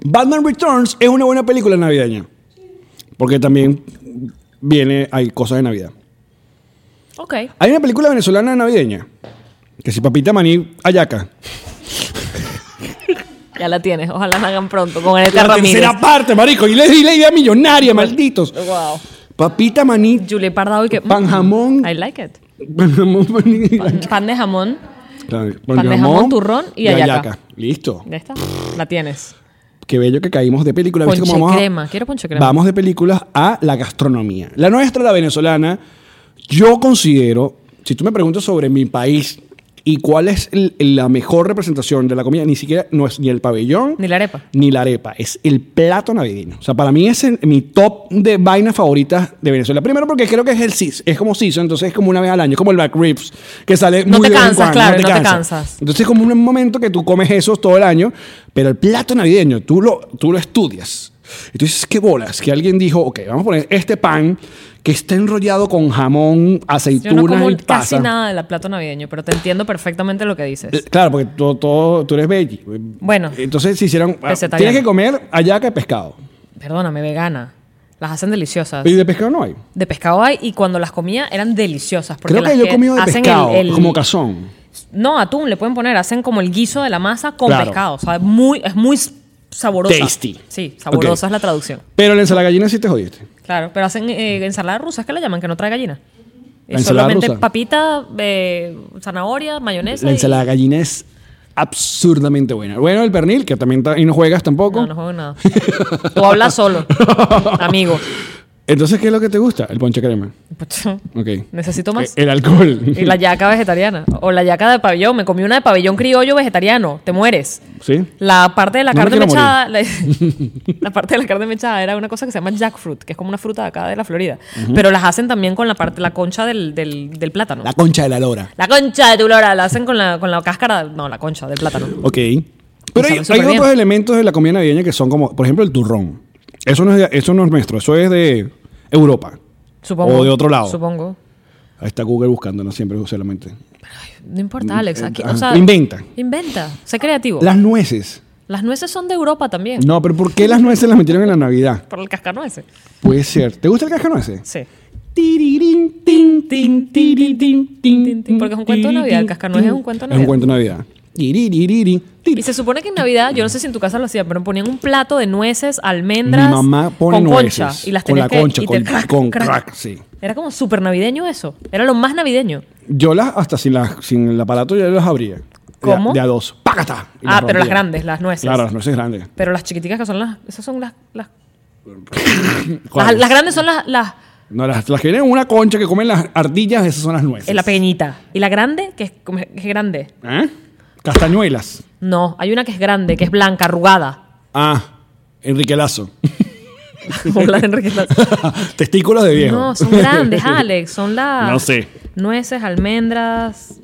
Speaker 2: Batman Returns es una buena película navideña. Porque también viene, hay cosas de Navidad.
Speaker 3: Ok.
Speaker 2: Hay una película venezolana navideña. Que si Papita Maní, Ayaca.
Speaker 3: Ya la tienes. Ojalá la hagan pronto con Aneta
Speaker 2: La
Speaker 3: Ramírez.
Speaker 2: tercera parte, marico. Y le di la idea millonaria, malditos.
Speaker 3: Wow.
Speaker 2: Papita Maní, (laughs)
Speaker 3: Julie Pardo y que.
Speaker 2: Pan jamón.
Speaker 3: Mm, I like it.
Speaker 2: pan jamón, maní,
Speaker 3: Pan de jamón.
Speaker 2: Claro,
Speaker 3: Pan de jamón, turrón y hallaca.
Speaker 2: Listo.
Speaker 3: Ya está. La tienes.
Speaker 2: Qué bello que caímos de película. ¿Viste
Speaker 3: Ponche
Speaker 2: cómo vamos a-
Speaker 3: crema. Quiero ponche crema.
Speaker 2: Vamos de películas a la gastronomía. La nuestra, la venezolana, yo considero, si tú me preguntas sobre mi país y cuál es el- la mejor representación de la comida, ni siquiera no es ni el pabellón
Speaker 3: Ni la arepa.
Speaker 2: ni la arepa, es el plato navideño. O sea, para mí es el- mi top de vainas favoritas de Venezuela. Primero porque creo que es el cis, es como season, entonces es como una vez al año, es como el back ribs, que sale
Speaker 3: No
Speaker 2: muy
Speaker 3: te
Speaker 2: de vez en
Speaker 3: cansas,
Speaker 2: cuando,
Speaker 3: claro, no te cansas.
Speaker 2: Entonces es como un momento que tú comes esos todo el año, pero el plato navideño, tú lo, tú lo estudias. Y tú dices, qué bolas, que alguien dijo, ok, vamos a poner este pan que está enrollado con jamón,
Speaker 3: Yo no
Speaker 2: aceitunas
Speaker 3: como
Speaker 2: y
Speaker 3: casi
Speaker 2: pasa.
Speaker 3: nada del plato navideño, pero te entiendo perfectamente lo que
Speaker 2: Eh,
Speaker 3: dices.
Speaker 2: Claro, porque todo, todo- tú eres veggie.
Speaker 3: Bueno. pues,
Speaker 2: Entonces se hicieron, ah,
Speaker 3: Pescetariano.
Speaker 2: tienes que comer hallaca de pescado.
Speaker 3: Perdóname, vegana. Las hacen deliciosas.
Speaker 2: Y de pescado no hay.
Speaker 3: De pescado hay y cuando las comía eran deliciosas. Porque
Speaker 2: Creo
Speaker 3: las
Speaker 2: que yo he comido de
Speaker 3: hacen el-
Speaker 2: pescado,
Speaker 3: el-
Speaker 2: como cazón.
Speaker 3: No, atún le pueden poner. Hacen como el guiso de la masa con
Speaker 2: Claro.
Speaker 3: pescado. O sea, es muy, es muy s- saborosa.
Speaker 2: Tasty.
Speaker 3: Sí, saborosa
Speaker 2: Ok.
Speaker 3: es la traducción.
Speaker 2: Pero la ensalada gallina sí te jodiste.
Speaker 3: Claro, pero hacen eh, ensalada rusa, es que la llaman, que no trae gallina.
Speaker 2: La
Speaker 3: Y
Speaker 2: ensalada
Speaker 3: solamente
Speaker 2: rusa.
Speaker 3: papita, eh, zanahoria, mayonesa.
Speaker 2: La
Speaker 3: y-
Speaker 2: ensalada gallina es absurdamente buena. Bueno, el pernil, que también ta- y no juegas tampoco.
Speaker 3: No, no
Speaker 2: (laughs)
Speaker 3: juego nada. Tú hablas solo, amigo.
Speaker 2: Entonces, ¿qué es lo que te gusta? El ponche crema. Ok.
Speaker 3: Necesito más.
Speaker 2: Eh, El alcohol.
Speaker 3: Y la yaca vegetariana. O la yaca de pabellón. Me comí una de pabellón criollo vegetariano. Te mueres.
Speaker 2: (laughs) ¿Sí?
Speaker 3: La parte de la
Speaker 2: No me
Speaker 3: carne
Speaker 2: quiero
Speaker 3: mechada. La,
Speaker 2: (laughs)
Speaker 3: la parte de la carne mechada era una cosa que se llama jackfruit, que es como una fruta de acá de la Florida. Pero las hacen también con la parte, la concha del, del, del plátano.
Speaker 2: La
Speaker 3: La,
Speaker 2: concha de la lora.
Speaker 3: concha de tu lora. La hacen con la, con la cáscara. No, la concha del plátano.
Speaker 2: Ok. Pero
Speaker 3: Y
Speaker 2: hay,
Speaker 3: sabe súper
Speaker 2: hay
Speaker 3: bien.
Speaker 2: otros elementos de la comida navideña que son como, por ejemplo, el turrón. Eso no es, de- eso no es nuestro, eso es de Europa.
Speaker 3: Supongo.
Speaker 2: O de otro lado.
Speaker 3: Supongo.
Speaker 2: Ahí está Google buscándonos siempre, solamente.
Speaker 3: No importa, Alex. Aquí, o sea,
Speaker 2: Mm, eh, Inventa.
Speaker 3: Inventa. Sé creativo.
Speaker 2: Las nueces.
Speaker 3: Las nueces son de Europa también.
Speaker 2: No, pero ¿por qué las nueces las metieron en la Navidad?
Speaker 3: Por el cascanueces.
Speaker 2: Puede ser. ¿Te gusta el cascanueces?
Speaker 3: Sí.
Speaker 2: Tirirín, tin, tin, tirirín, tin,
Speaker 3: Tin, tin, porque es un cuento de
Speaker 2: tirirín,
Speaker 3: Navidad, el Cascanueces
Speaker 2: tin.
Speaker 3: es un cuento de
Speaker 2: Es un
Speaker 3: Navidad.
Speaker 2: cuento de Navidad. Tiriririrín, tin.
Speaker 3: Y se supone que en Navidad, yo no sé si en tu casa lo hacían, pero ponían un plato de nueces,
Speaker 2: Mi
Speaker 3: almendras.
Speaker 2: mamá pone
Speaker 3: con
Speaker 2: nueces.
Speaker 3: Concha, y las
Speaker 2: con
Speaker 3: tenías
Speaker 2: la
Speaker 3: que-
Speaker 2: concha,
Speaker 3: y
Speaker 2: con,
Speaker 3: te- crack,
Speaker 2: con
Speaker 3: crack.
Speaker 2: crack, sí.
Speaker 3: Era como súper navideño eso. Era lo más navideño.
Speaker 2: Yo las, hasta sin, las- sin el aparato, yo las abría. De a-
Speaker 3: ¿Cómo?
Speaker 2: De a dos. ¡Pácata! Y
Speaker 3: Ah, pero las
Speaker 2: rompía.
Speaker 3: grandes, las nueces.
Speaker 2: Claro, las nueces grandes.
Speaker 3: Pero las chiquiticas que son las. Esas son las. Las, las,
Speaker 2: ¿Cuáles?
Speaker 3: las grandes son las. eh, las
Speaker 2: No, las, las que tienen una concha que comen las ardillas, esas son las nueces.
Speaker 3: eh, la pequeñita. Y la grande, que es, como- que es grande.
Speaker 2: ¿Eh? Castañuelas.
Speaker 3: No, hay una que es grande, que es blanca, arrugada. (laughs)
Speaker 2: Ah, Enrique Lazo. (laughs)
Speaker 3: Como la de Enrique Iglesias.
Speaker 2: Testículos de (laughs) viejo.
Speaker 3: No,
Speaker 2: (laughs)
Speaker 3: son grandes, ah, Alex. Son las.
Speaker 2: No sé. Mm,
Speaker 3: Nueces, almendras.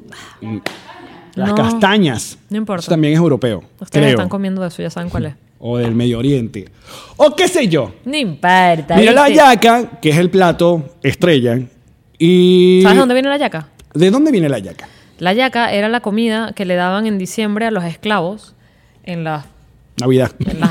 Speaker 2: Las
Speaker 3: No.
Speaker 2: castañas.
Speaker 3: No importa.
Speaker 2: Eso también es europeo.
Speaker 3: Ustedes
Speaker 2: creo.
Speaker 3: están comiendo eso, ya saben cuál es.
Speaker 2: o del Medio Oriente. O qué sé yo.
Speaker 3: No importa.
Speaker 2: Mira la
Speaker 3: ¿viste?
Speaker 2: yaca, que es el plato estrella. Y...
Speaker 3: ¿Sabes de dónde viene la yaca?
Speaker 2: ¿De dónde viene la yaca?
Speaker 3: La yaca era la comida que le daban en diciembre a los esclavos en las,
Speaker 2: Navidad.
Speaker 3: en las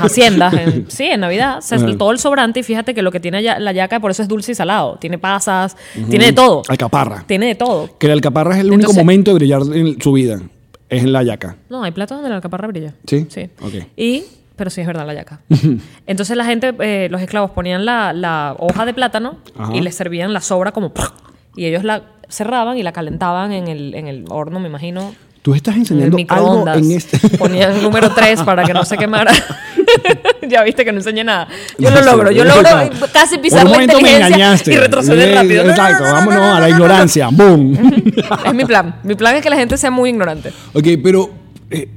Speaker 2: (laughs)
Speaker 3: haciendas. en- sí, en Navidad. Se-
Speaker 2: Ajá.
Speaker 3: Todo el sobrante. Y fíjate que lo que tiene ya- la yaca, por eso es dulce y salado. Tiene pasas, tiene de todo.
Speaker 2: Alcaparra.
Speaker 3: Tiene de todo.
Speaker 2: Que la alcaparra es el único
Speaker 3: Entonces-
Speaker 2: momento de brillar en su vida. Es en la yaca.
Speaker 3: No, hay platos donde la alcaparra brilla.
Speaker 2: ¿Sí?
Speaker 3: Sí.
Speaker 2: Ok.
Speaker 3: Y, pero sí es verdad
Speaker 2: (laughs)
Speaker 3: la yaca. Entonces la gente, eh, los esclavos ponían la, la hoja de plátano
Speaker 2: Ajá.
Speaker 3: y les servían la sobra como... Y ellos la cerraban y la calentaban en el, en el horno, me imagino.
Speaker 2: Tú estás
Speaker 3: En el
Speaker 2: enseñando algo
Speaker 3: microondas.
Speaker 2: en este...
Speaker 3: (laughs)
Speaker 2: (laughs)
Speaker 3: Ponían el número 3 para que no se quemara. (laughs) ya viste que no enseñé nada. Yo lo
Speaker 2: Sí,
Speaker 3: logro. Yo
Speaker 2: sí,
Speaker 3: logro
Speaker 2: claro.
Speaker 3: casi pisar
Speaker 2: Por un
Speaker 3: la
Speaker 2: momento me
Speaker 3: inteligencia
Speaker 2: engañaste.
Speaker 3: y retroceder
Speaker 2: Eh,
Speaker 3: rápido.
Speaker 2: Exacto, vámonos a la ignorancia. ¡Boom!
Speaker 3: (laughs)
Speaker 2: (laughs)
Speaker 3: Es mi plan. Mi plan es que la gente sea muy ignorante.
Speaker 2: ok, pero eh,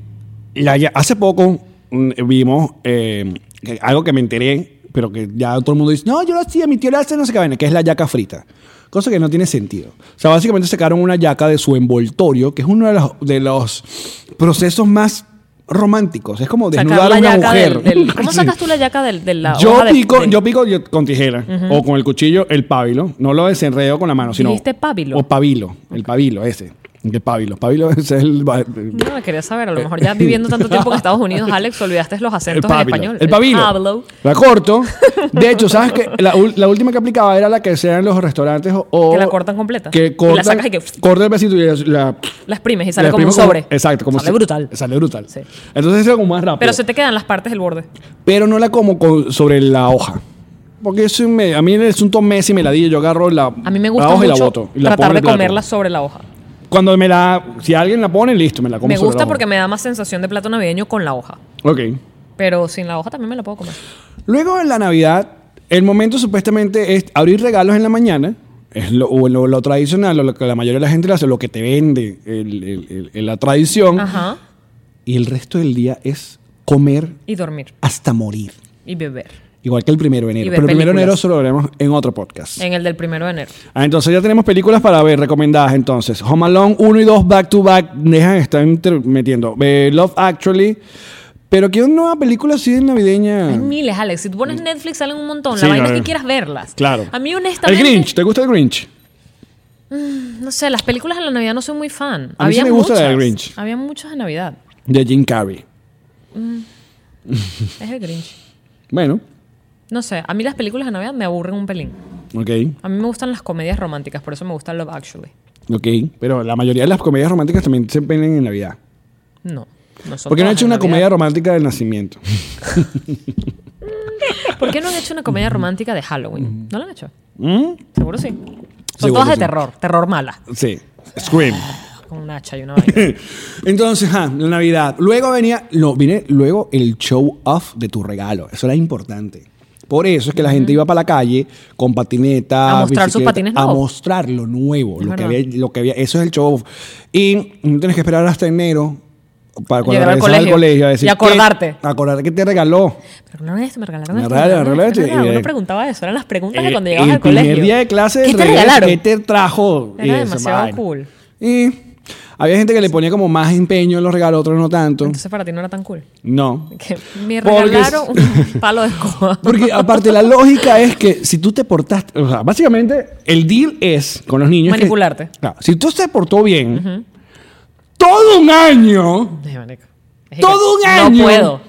Speaker 2: la ya- hace poco mm, vimos eh, que- algo que me enteré, pero que ya todo el mundo dice, no, yo lo hacía, mi tío lo hace, no sé qué vaina, que es la yaca frita. Cosa que no tiene sentido. O sea, básicamente sacaron una yaca de su envoltorio, que es uno de los, de los procesos más románticos. Es como
Speaker 3: Sacar
Speaker 2: desnudar a
Speaker 3: la
Speaker 2: una
Speaker 3: yaca
Speaker 2: mujer. (laughs)
Speaker 3: del- del- ¿Cómo
Speaker 2: Sí.
Speaker 3: sacas tú la yaca del, de la
Speaker 2: Yo
Speaker 3: hoja de-
Speaker 2: pico,
Speaker 3: de-
Speaker 2: yo pico yo- con tijera o con el cuchillo el pábilo. No lo desenredo con la mano, sino.
Speaker 3: ¿Dijiste pábilo?
Speaker 2: O pabilo. El pabilo, ese. El pabilo. Pabilo (laughs) ese es el. ba-
Speaker 3: No, quería saber. A lo mejor ya viviendo tanto tiempo en Estados Unidos, Alex, olvidaste los
Speaker 2: El
Speaker 3: acentos en
Speaker 2: pabilo.
Speaker 3: español.
Speaker 2: El pabilo. La corto. De hecho, ¿sabes que La, ul- la última que aplicaba era la que sea en los restaurantes o. o-
Speaker 3: Que la cortan completa. Y
Speaker 2: Que
Speaker 3: la
Speaker 2: cortan.
Speaker 3: sacas y que-
Speaker 2: Corta el besito y la.
Speaker 3: Las primes y sale
Speaker 2: la
Speaker 3: como un
Speaker 2: exprimo
Speaker 3: sobre.
Speaker 2: exacto. Como
Speaker 3: sale
Speaker 2: si-
Speaker 3: brutal.
Speaker 2: Sale brutal.
Speaker 3: Sí.
Speaker 2: Entonces eso es como más rápido.
Speaker 3: Pero se te quedan las partes del borde.
Speaker 2: pero no la como con- sobre la hoja. Porque eso me- a mí es un Tom Messi me la di, yo agarro la,
Speaker 3: A mí me gusta
Speaker 2: la hoja y la
Speaker 3: mucho
Speaker 2: boto. y la pongo
Speaker 3: tratar
Speaker 2: en
Speaker 3: de
Speaker 2: el plato.
Speaker 3: comerla sobre la hoja.
Speaker 2: Cuando me la, si alguien la pone, listo, me la como
Speaker 3: Me
Speaker 2: sobre
Speaker 3: gusta
Speaker 2: la
Speaker 3: porque
Speaker 2: hoja.
Speaker 3: me da más sensación de plato navideño con la hoja.
Speaker 2: Ok.
Speaker 3: Pero sin la hoja también me la puedo comer.
Speaker 2: Luego en la Navidad, el momento supuestamente es abrir regalos en la mañana. Es lo, o lo, lo tradicional, o lo que la mayoría de la gente lo hace, lo que te vende el- el- el- la tradición.
Speaker 3: Ajá.
Speaker 2: Y el resto del día es comer
Speaker 3: Y dormir.
Speaker 2: hasta morir.
Speaker 3: Y beber.
Speaker 2: Igual que el primero de
Speaker 3: Y
Speaker 2: enero.
Speaker 3: ver
Speaker 2: Pero el primero de enero
Speaker 3: películas. Eh.
Speaker 2: solo lo veremos en otro podcast.
Speaker 3: En el del primero de enero.
Speaker 2: Ah, entonces ya tenemos películas para ver recomendadas. Entonces, Home Alone 1 y 2 back to back. Dejan, están inter- metiendo. Eh, Love Actually. Pero quiero una nueva película así de navideña.
Speaker 3: Hay miles, Alex. Si tú pones Netflix, salen un montón.
Speaker 2: Ah. Mm. Sí,
Speaker 3: la vaina
Speaker 2: a
Speaker 3: es que
Speaker 2: ver.
Speaker 3: quieras verlas.
Speaker 2: Claro.
Speaker 3: A mí,
Speaker 2: El
Speaker 3: honestamente.
Speaker 2: Grinch. ¿Te gusta el Grinch?
Speaker 3: No sé, las películas de la Navidad no soy muy fan.
Speaker 2: A mí sí
Speaker 3: Había
Speaker 2: me gusta la
Speaker 3: muchas.
Speaker 2: del Grinch.
Speaker 3: Había muchas de Navidad.
Speaker 2: De Jim Carrey.
Speaker 3: Es el Grinch.
Speaker 2: Bueno,
Speaker 3: No sé, a mí las películas de Navidad me aburren un pelín.
Speaker 2: ok,
Speaker 3: A mí me gustan las comedias románticas, por eso me gusta Love Actually.
Speaker 2: ok. Pero la mayoría de las comedias románticas también se venden en Navidad.
Speaker 3: No. no son
Speaker 2: ¿Por qué no han
Speaker 3: todas
Speaker 2: hecho
Speaker 3: en
Speaker 2: una
Speaker 3: Navidad.
Speaker 2: comedia romántica del nacimiento?
Speaker 3: ¿Por qué no han hecho una comedia romántica de Halloween? ¿No la han hecho?
Speaker 2: ¿Mm?
Speaker 3: Seguro sí. Son
Speaker 2: Seguro
Speaker 3: todas de
Speaker 2: sí.
Speaker 3: terror, terror mala.
Speaker 2: Sí. Scream. (laughs)
Speaker 3: Con un hacha y una vaina.
Speaker 2: Entonces, ah, la Navidad. Luego venía, no, viene luego el show off de tu regalo. Eso era importante. Por eso es que la gente iba para la calle con patineta,
Speaker 3: A mostrar sus
Speaker 2: bicicleta,
Speaker 3: patines
Speaker 2: a
Speaker 3: nuevos.
Speaker 2: mostrar lo nuevo, lo que,
Speaker 3: verdad.
Speaker 2: había, lo que había. Eso es el show off. Y no tienes que esperar hasta enero para cuando
Speaker 3: Llegar al
Speaker 2: regresas al
Speaker 3: colegio.
Speaker 2: colegio a decir
Speaker 3: Y acordarte.
Speaker 2: "¿Qué- acordarte que te regaló.
Speaker 3: Pero no esto, me regalaron
Speaker 2: Me
Speaker 3: esto.
Speaker 2: regalaron,
Speaker 3: me regalaron
Speaker 2: me regalaron
Speaker 3: esto,
Speaker 2: esto,
Speaker 3: Uno
Speaker 2: y-
Speaker 3: preguntaba eso, eran las preguntas de
Speaker 2: Eh,
Speaker 3: cuando llegabas
Speaker 2: el
Speaker 3: al colegio.
Speaker 2: primer día de clase
Speaker 3: ¿Qué te
Speaker 2: regreso,
Speaker 3: regalaron?
Speaker 2: ¿Qué te trajo?
Speaker 3: Era
Speaker 2: esa
Speaker 3: demasiado
Speaker 2: vaina.
Speaker 3: cool.
Speaker 2: Y había gente que le ponía como más empeño en los regalos, otros no tanto.
Speaker 3: Entonces para ti no era tan cool. (laughs)
Speaker 2: No.
Speaker 3: Que me
Speaker 2: Porque-
Speaker 3: regalaron
Speaker 2: (laughs)
Speaker 3: un palo de escoba.
Speaker 2: Porque aparte la lógica es que si tú te portaste, o sea, básicamente el deal es con los niños que-
Speaker 3: Manipularte.
Speaker 2: Claro, si tú se portó bien, todo un año.
Speaker 3: (laughs) Ay, marico. Es
Speaker 2: Todo un
Speaker 3: que
Speaker 2: año.
Speaker 3: No puedo.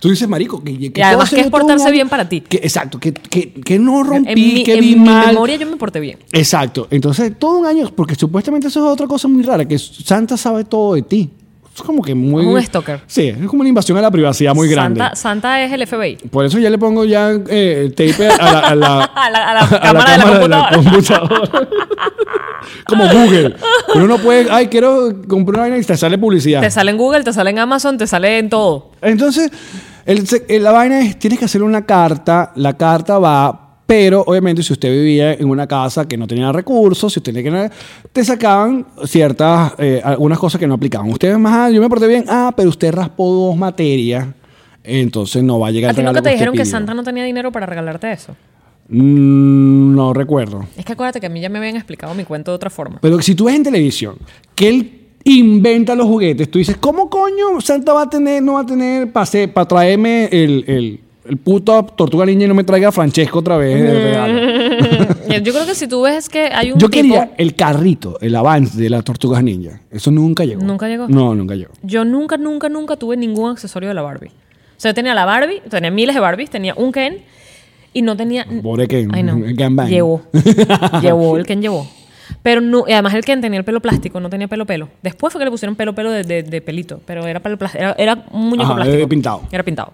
Speaker 2: Tú dices, marico, que, que
Speaker 3: Y además
Speaker 2: todo
Speaker 3: que
Speaker 2: sea
Speaker 3: es
Speaker 2: todo un
Speaker 3: portarse
Speaker 2: año.
Speaker 3: bien para ti.
Speaker 2: Que- exacto, que, que, que no rompí,
Speaker 3: En, mi,
Speaker 2: que
Speaker 3: en
Speaker 2: vi
Speaker 3: mi
Speaker 2: mal.
Speaker 3: memoria yo me porté bien.
Speaker 2: Exacto. Entonces, todo un año, porque supuestamente eso es otra cosa muy rara, que Santa sabe todo de ti. Es como que muy...
Speaker 3: Un stalker.
Speaker 2: Sí, es como una invasión a la privacidad muy grande.
Speaker 3: Santa, Santa es el FBI.
Speaker 2: Por eso ya le pongo ya eh, tape a la, a la- (laughs)
Speaker 3: (laughs) A la- a la
Speaker 2: a
Speaker 3: cámara de la
Speaker 2: computadora. (laughs) como Google. Uno no puede... Ay, quiero comprar una vaina y te sale publicidad.
Speaker 3: Te sale en Google, te sale en Amazon, te sale en todo.
Speaker 2: Entonces, el se- eh, la vaina es, tienes que hacer una carta, la carta va, pero obviamente si usted vivía en una casa que no tenía recursos, si usted tenía que... nada, Te sacaban ciertas, eh, algunas cosas que no aplicaban. Usted es más, ah, yo me porté bien, ah, pero usted raspó dos materias, entonces no va a llegar
Speaker 3: ¿A ti nunca
Speaker 2: regalo
Speaker 3: te
Speaker 2: usted
Speaker 3: dijeron que
Speaker 2: pidió.
Speaker 3: Santa no tenía dinero para regalarte eso?
Speaker 2: Mm, no recuerdo.
Speaker 3: Es que acuérdate que a mí ya me habían explicado mi cuento de otra
Speaker 2: (laughs)
Speaker 3: forma.
Speaker 2: Pero si tú ves en televisión que él inventa los juguetes, tú dices, ¿cómo coño Santa va a tener, no va a tener para traerme el, el, el puto tortuga niña y no me traiga a Francesco otra vez de
Speaker 3: (laughs)
Speaker 2: regalo?
Speaker 3: Eh, Yo creo que si tú ves que hay un
Speaker 2: Yo
Speaker 3: tipo-
Speaker 2: quería el carrito, el avance de las tortugas ninja. Eso nunca llegó.
Speaker 3: ¿Nunca llegó?
Speaker 2: No, nunca llegó.
Speaker 3: Yo nunca, nunca, nunca tuve ningún accesorio de la Barbie. O sea, yo tenía la Barbie, tenía miles de Barbies, tenía un Ken y no tenía.
Speaker 2: Pobre Ken,
Speaker 3: Ay, no.
Speaker 2: el Ken Bang. (laughs)
Speaker 3: Llevó. llevó, el Ken llevó. Pero no, y además el Ken tenía el pelo plástico, no tenía pelo pelo. Después fue que le pusieron pelo pelo de, de- de pelito, pero era para el plástico. Era, era un muñeco
Speaker 2: Ajá,
Speaker 3: plástico.
Speaker 2: era pintado.
Speaker 3: Era pintado.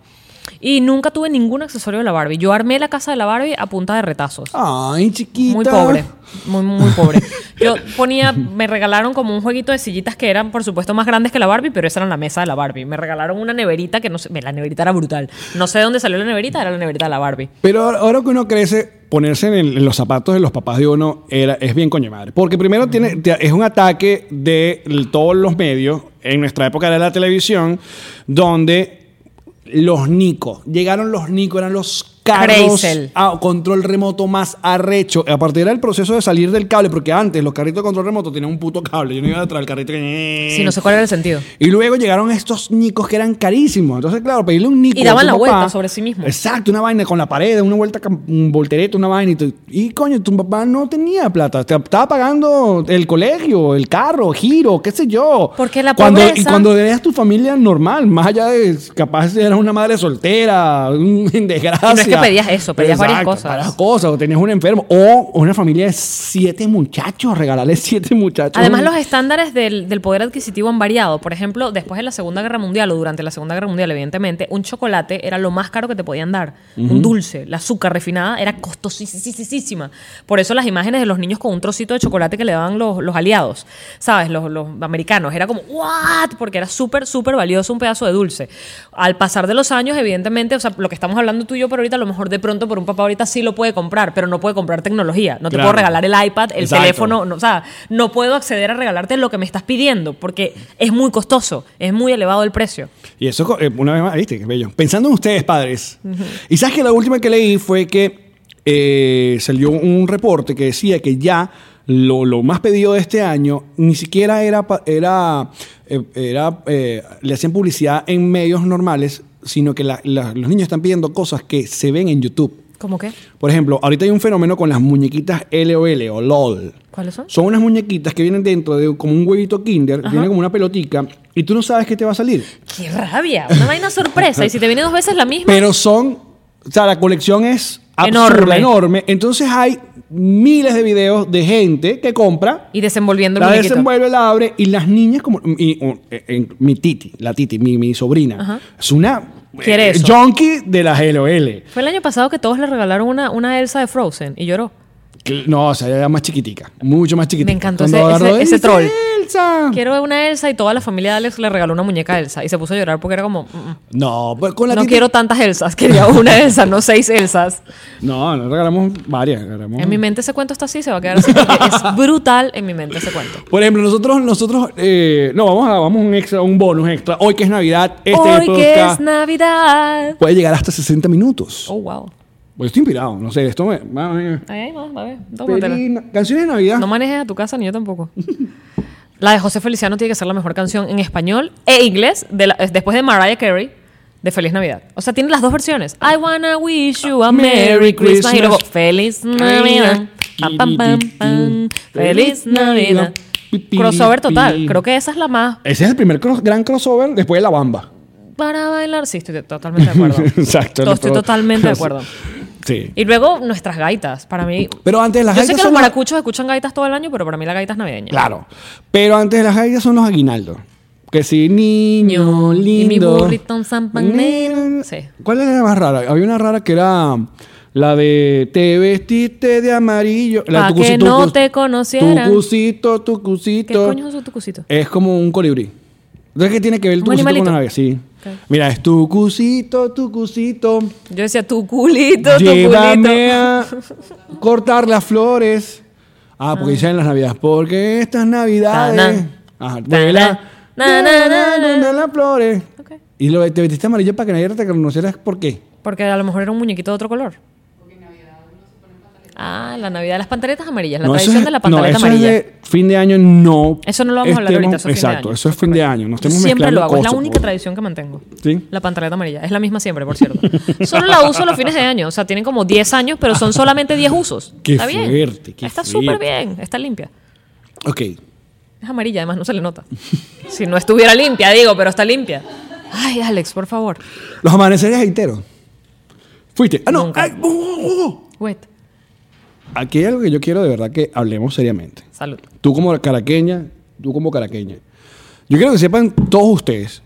Speaker 3: Y nunca tuve ningún accesorio de la Barbie. Yo armé la casa de la Barbie a punta de retazos.
Speaker 2: Ay, chiquita.
Speaker 3: Muy pobre, muy, muy pobre. Yo ponía, me regalaron como un jueguito de sillitas que eran, por supuesto, más grandes que la Barbie, pero esa era la mesa de la Barbie. Me regalaron una neverita que no sé, la neverita era brutal. No sé de dónde salió la neverita, era la neverita de la Barbie.
Speaker 2: Pero ahora- ahora que uno crece, ponerse en, el- en los zapatos de los papás de uno era, es bien coño madre. Porque primero tiene, te- es un ataque de l- todos los medios. En nuestra época era la televisión, donde los Nico, llegaron los Nico, eran los carros
Speaker 3: Crazel.
Speaker 2: a control remoto más arrecho. A partir del proceso de salir del cable, porque antes los carritos de control remoto tenían un puto cable. Yo no iba detrás del carrito que...
Speaker 3: Sí, no sé cuál era el sentido.
Speaker 2: Y luego llegaron estos nicos que eran carísimos. Entonces, claro, pedirle un nico.
Speaker 3: Y
Speaker 2: a
Speaker 3: daban
Speaker 2: tu
Speaker 3: la
Speaker 2: papá-
Speaker 3: vuelta sobre sí mismo.
Speaker 2: Exacto, una vaina con la pared, una vuelta, cam- un volterete, una vaina. Y, tú- y, coño, tu papá no tenía plata. Te estaba pagando el colegio, el carro, giro, qué sé yo.
Speaker 3: Porque la
Speaker 2: cuando, Y
Speaker 3: pobreza-
Speaker 2: cuando veías tu familia normal, más allá de capaz eras una madre soltera, un, (laughs) en desgracia.
Speaker 3: Y no es que pedías eso, pedías varias cosas.
Speaker 2: Varias cosas, o tenías un enfermo, o una familia de siete muchachos, regalarle siete muchachos.
Speaker 3: Además, los estándares del, del poder adquisitivo han variado. Por ejemplo, después de la Segunda Guerra Mundial o durante la Segunda Guerra Mundial, evidentemente, un chocolate era lo más caro que te podían dar. Un dulce, el azúcar refinada era costosísima. Por eso las imágenes de los niños con un trocito de chocolate que le daban los, los aliados, ¿sabes? Los, los americanos. Era como, ¿what? Porque era súper, súper valioso un pedazo de dulce. Al pasar de los años, evidentemente, o sea, lo que estamos hablando tú y yo por ahorita, a lo mejor de pronto por un papá ahorita sí lo puede comprar, pero no puede comprar tecnología. No te
Speaker 2: Claro.
Speaker 3: puedo regalar el iPad, el
Speaker 2: Exacto.
Speaker 3: teléfono, no, o sea, no puedo acceder a regalarte lo que me estás pidiendo porque es muy costoso, es muy elevado el precio.
Speaker 2: Y eso, co- eh, una vez más, viste, qué bello. Pensando en ustedes, padres. Y sabes que la última que leí fue que eh, salió un reporte que decía que ya lo, lo más pedido de este año ni siquiera era, pa- era, eh, era eh, le hacían publicidad en medios normales, sino que la- la- los niños están pidiendo cosas que se ven en YouTube.
Speaker 3: ¿Cómo qué?
Speaker 2: Por ejemplo, ahorita hay un fenómeno con las muñequitas LOL o LOL.
Speaker 3: ¿Cuáles son?
Speaker 2: Son unas muñequitas que vienen dentro de como un huevito kinder, viene como una pelotica, y tú no sabes qué te va a salir.
Speaker 3: ¡Qué rabia! Una vaina sorpresa. Y si te viene dos veces la misma,
Speaker 2: Pero son, o sea, la colección es absurda, enorme.
Speaker 3: Enorme.
Speaker 2: Entonces hay miles de videos de gente que compra,
Speaker 3: y desenvolviendo el
Speaker 2: la
Speaker 3: muñequito.
Speaker 2: desenvuelve, la abre y las niñas como y, o, eh, eh, mi titi, la titi, mi, mi sobrina,
Speaker 3: Ajá.
Speaker 2: es una eh,
Speaker 3: Quiere eso.
Speaker 2: junkie de las LOL.
Speaker 3: Fue el año pasado que todos le regalaron una, una Elsa de Frozen y lloró.
Speaker 2: Que- No, o sea, ella era más chiquitica, mucho más chiquitica.
Speaker 3: Me encantó
Speaker 2: Cuando
Speaker 3: ese-
Speaker 2: agarró,
Speaker 3: ese- ese
Speaker 2: "Elsa,
Speaker 3: troll".
Speaker 2: Elsa".
Speaker 3: Quiero una Elsa y toda la familia de Alex le regaló una muñeca Elsa y se puso a llorar porque era como, "Mm, mm,
Speaker 2: No, pues con la
Speaker 3: no
Speaker 2: titi-
Speaker 3: quiero tantas Elsas, (laughs) quería una Elsa, no seis Elsas.
Speaker 2: No, nos regalamos varias. regalamos-
Speaker 3: En mi mente ese cuento está así, se va a quedar así porque es brutal en mi mente ese cuento.
Speaker 2: Por ejemplo, nosotros, nosotros, eh, no, vamos a, vamos a un extra, un bonus extra. Hoy que es Navidad, este
Speaker 3: Hoy que
Speaker 2: podcast
Speaker 3: es Navidad.
Speaker 2: puede llegar hasta 60 minutos.
Speaker 3: Oh, wow.
Speaker 2: Pues estoy inspirado, no sé, esto me... Mamma mía.
Speaker 3: Ahí, ahí, vamos, a ver. tómatela.
Speaker 2: Pelina- Canciones de Navidad.
Speaker 3: No manejes a tu casa ni yo tampoco. (laughs) La de José Feliciano tiene que ser la mejor canción en español e inglés de la- después de Mariah Carey de Feliz Navidad. O sea, tiene las dos versiones. I wanna wish you a Merry Christmas y luego Feliz Navidad. Pam, pam, pam, pam. Feliz Navidad.
Speaker 2: pi,
Speaker 3: Crossover
Speaker 2: pi.
Speaker 3: total. Creo que esa es la más
Speaker 2: Ese es el primer cro- gran crossover después de La Bamba.
Speaker 3: para bailar. Sí, estoy totalmente de acuerdo.
Speaker 2: (laughs) Exacto.
Speaker 3: To- Estoy
Speaker 2: pero- (laughs)
Speaker 3: totalmente de acuerdo.
Speaker 2: Sí.
Speaker 3: Y luego nuestras gaitas. Para mí.
Speaker 2: Pero antes de las
Speaker 3: Yo sé
Speaker 2: gaitas
Speaker 3: que
Speaker 2: son
Speaker 3: los
Speaker 2: la-
Speaker 3: maracuchos escuchan gaitas todo el año, pero para mí la gaita es navideña.
Speaker 2: Claro. Pero antes de las gaitas son los aguinaldos. Que sí, niño
Speaker 3: Niño, y mi
Speaker 2: lindo.
Speaker 3: burrito en San Panero. Sí.
Speaker 2: ¿Cuál era la más rara? Había una rara que era la de te vestiste de amarillo. La
Speaker 3: Pa'
Speaker 2: tucusi,
Speaker 3: que no
Speaker 2: tucus.
Speaker 3: te conocieran.
Speaker 2: Tucucito,
Speaker 3: ¿Qué
Speaker 2: tucucito.
Speaker 3: coño es un tucucito?
Speaker 2: Es como un colibrí. Entonces, ¿qué tiene que ver el
Speaker 3: ¿Un
Speaker 2: tucucito con
Speaker 3: animalito?
Speaker 2: la nave? Sí.
Speaker 3: Ok.
Speaker 2: Mira, es tucucito, tucucito.
Speaker 3: Yo decía tu culito, tu
Speaker 2: Llévame
Speaker 3: culito.
Speaker 2: a cortar las flores. Ah, porque ya en las navidades. Porque estas navidades.
Speaker 3: Tanan.
Speaker 2: Ajá, vuela.
Speaker 3: Na, na, na, na.
Speaker 2: na, las flores.
Speaker 3: Ok.
Speaker 2: Y lo, te vestiste amarillo para que nadie te conocieras por qué.
Speaker 3: Porque a lo mejor era un muñequito de otro color. Ah, la Navidad de las pantaletas amarillas, la tradición
Speaker 2: es-
Speaker 3: de la
Speaker 2: no,
Speaker 3: pantaleta
Speaker 2: eso
Speaker 3: amarilla.
Speaker 2: es de fin de año, no.
Speaker 3: Eso no lo vamos a hablar
Speaker 2: estemos-
Speaker 3: ahorita, eso es fin de
Speaker 2: Exacto,
Speaker 3: año.
Speaker 2: eso es fin de año. No
Speaker 3: Yo
Speaker 2: estemos
Speaker 3: siempre
Speaker 2: mezclando
Speaker 3: lo hago, es la
Speaker 2: cosas,
Speaker 3: única
Speaker 2: por-
Speaker 3: tradición que mantengo.
Speaker 2: ¿Sí?
Speaker 3: La pantaleta amarilla, es la misma siempre,
Speaker 2: (laughs)
Speaker 3: por cierto. Solo la uso los fines de año, o sea, tienen como 10 años, pero son solamente 10 usos.
Speaker 2: (laughs) Qué
Speaker 3: está bien.
Speaker 2: fuerte, qué
Speaker 3: está
Speaker 2: fuerte.
Speaker 3: súper bien, está limpia.
Speaker 2: Ok.
Speaker 3: Es amarilla, además no se le nota. (laughs) si no estuviera limpia, digo, pero está limpia. Ay, Alex, por favor.
Speaker 2: Los amaneceres enteros. Fuiste. Ah, no.
Speaker 3: Nunca.
Speaker 2: ay, uh, uh, uh.
Speaker 3: Wait,
Speaker 2: Aquí hay algo que yo quiero de verdad que hablemos seriamente.
Speaker 3: salud.
Speaker 2: Tú como caraqueña, tú como caraqueña. Yo quiero que sepan todos ustedes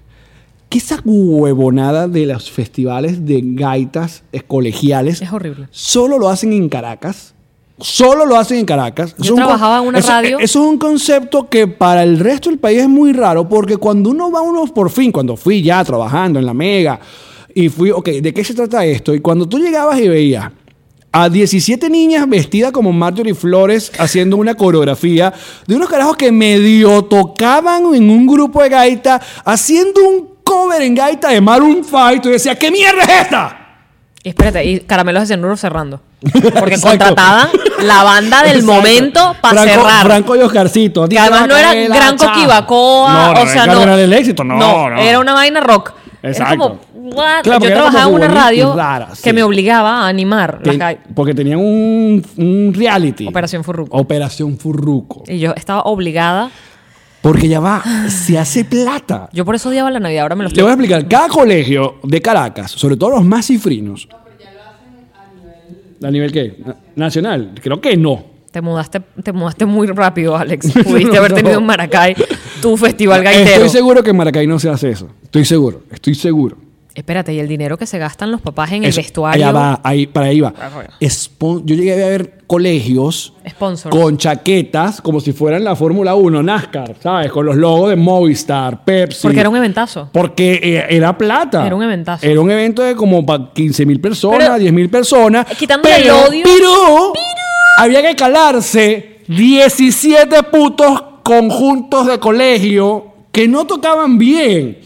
Speaker 2: que esa huevonada de los festivales de gaitas eh, colegiales
Speaker 3: Es horrible.
Speaker 2: solo lo hacen en Caracas. Solo lo hacen en Caracas.
Speaker 3: Yo
Speaker 2: es un con-
Speaker 3: trabajaba en una
Speaker 2: eso-
Speaker 3: radio.
Speaker 2: Eso es un concepto que para el resto del país es muy raro porque cuando uno va uno por fin, cuando fui ya trabajando en la mega y fui, ok, ¿de qué se trata esto? Y cuando tú llegabas y veías a 17 niñas vestidas como Marjorie Flores haciendo una coreografía de unos carajos que medio tocaban en un grupo de gaita haciendo un cover en gaita de Maroon 5 y decía, ¿qué mierda es esta?
Speaker 3: Y espérate, y caramelos de cianuro cerrando. Porque
Speaker 2: (laughs) Exacto.
Speaker 3: contrataban la banda del
Speaker 2: Exacto.
Speaker 3: momento para
Speaker 2: Franco-
Speaker 3: cerrar.
Speaker 2: Franco y Oscarcito. A ti te
Speaker 3: que además
Speaker 2: va
Speaker 3: no
Speaker 2: a
Speaker 3: era
Speaker 2: caer la
Speaker 3: gran
Speaker 2: chapa.
Speaker 3: coquibacoa.
Speaker 2: No, no,
Speaker 3: o
Speaker 2: Gran
Speaker 3: sea, no,
Speaker 2: Coquibacoa era el éxito, no, no.
Speaker 3: Era una vaina rock. Era
Speaker 2: Exacto.
Speaker 3: como, what?
Speaker 2: Claro, porque
Speaker 3: Yo
Speaker 2: era
Speaker 3: trabajaba en
Speaker 2: como
Speaker 3: una
Speaker 2: juvenil y
Speaker 3: radio
Speaker 2: rara, sí.
Speaker 3: que me obligaba a animar.
Speaker 2: Ten-
Speaker 3: las ga-
Speaker 2: porque tenían un, un reality.
Speaker 3: Operación Furruco.
Speaker 2: Operación Furruco.
Speaker 3: y yo estaba obligada.
Speaker 2: Porque ya va, se hace
Speaker 3: (laughs)
Speaker 2: plata.
Speaker 3: Yo por eso odiaba la Navidad. Ahora me lo
Speaker 2: Te
Speaker 3: estoy
Speaker 2: voy a explicar. Cada colegio de Caracas, sobre todo los más cifrinos. ¿A nivel qué? Na- ¿Nacional? Creo que no.
Speaker 3: Te mudaste, te mudaste muy rápido, Alex. Pudiste
Speaker 2: (laughs)
Speaker 3: haber
Speaker 2: No.
Speaker 3: tenido en Maracay tu festival gaitero.
Speaker 2: Estoy seguro que en Maracay no se hace eso. Estoy seguro, estoy seguro.
Speaker 3: Espérate, y el dinero que se gastan los papás en
Speaker 2: Eso,
Speaker 3: el vestuario.
Speaker 2: Allá va, ahí, para ahí va.
Speaker 3: Ah, bueno.
Speaker 2: Espon- yo llegué a ver colegios
Speaker 3: Sponsor.
Speaker 2: con chaquetas como si fueran la Fórmula 1, NASCAR, ¿sabes? Con los logos de Movistar, Pepsi.
Speaker 3: Porque era un eventazo.
Speaker 2: Porque eh, era plata.
Speaker 3: Era un eventazo.
Speaker 2: Era un evento de como para 15 mil personas,
Speaker 3: Pero- eh,
Speaker 2: 10 mil personas.
Speaker 3: Quitándole
Speaker 2: pero,
Speaker 3: el odio.
Speaker 2: Pero, había que calarse 17 putos conjuntos de colegio que no tocaban bien.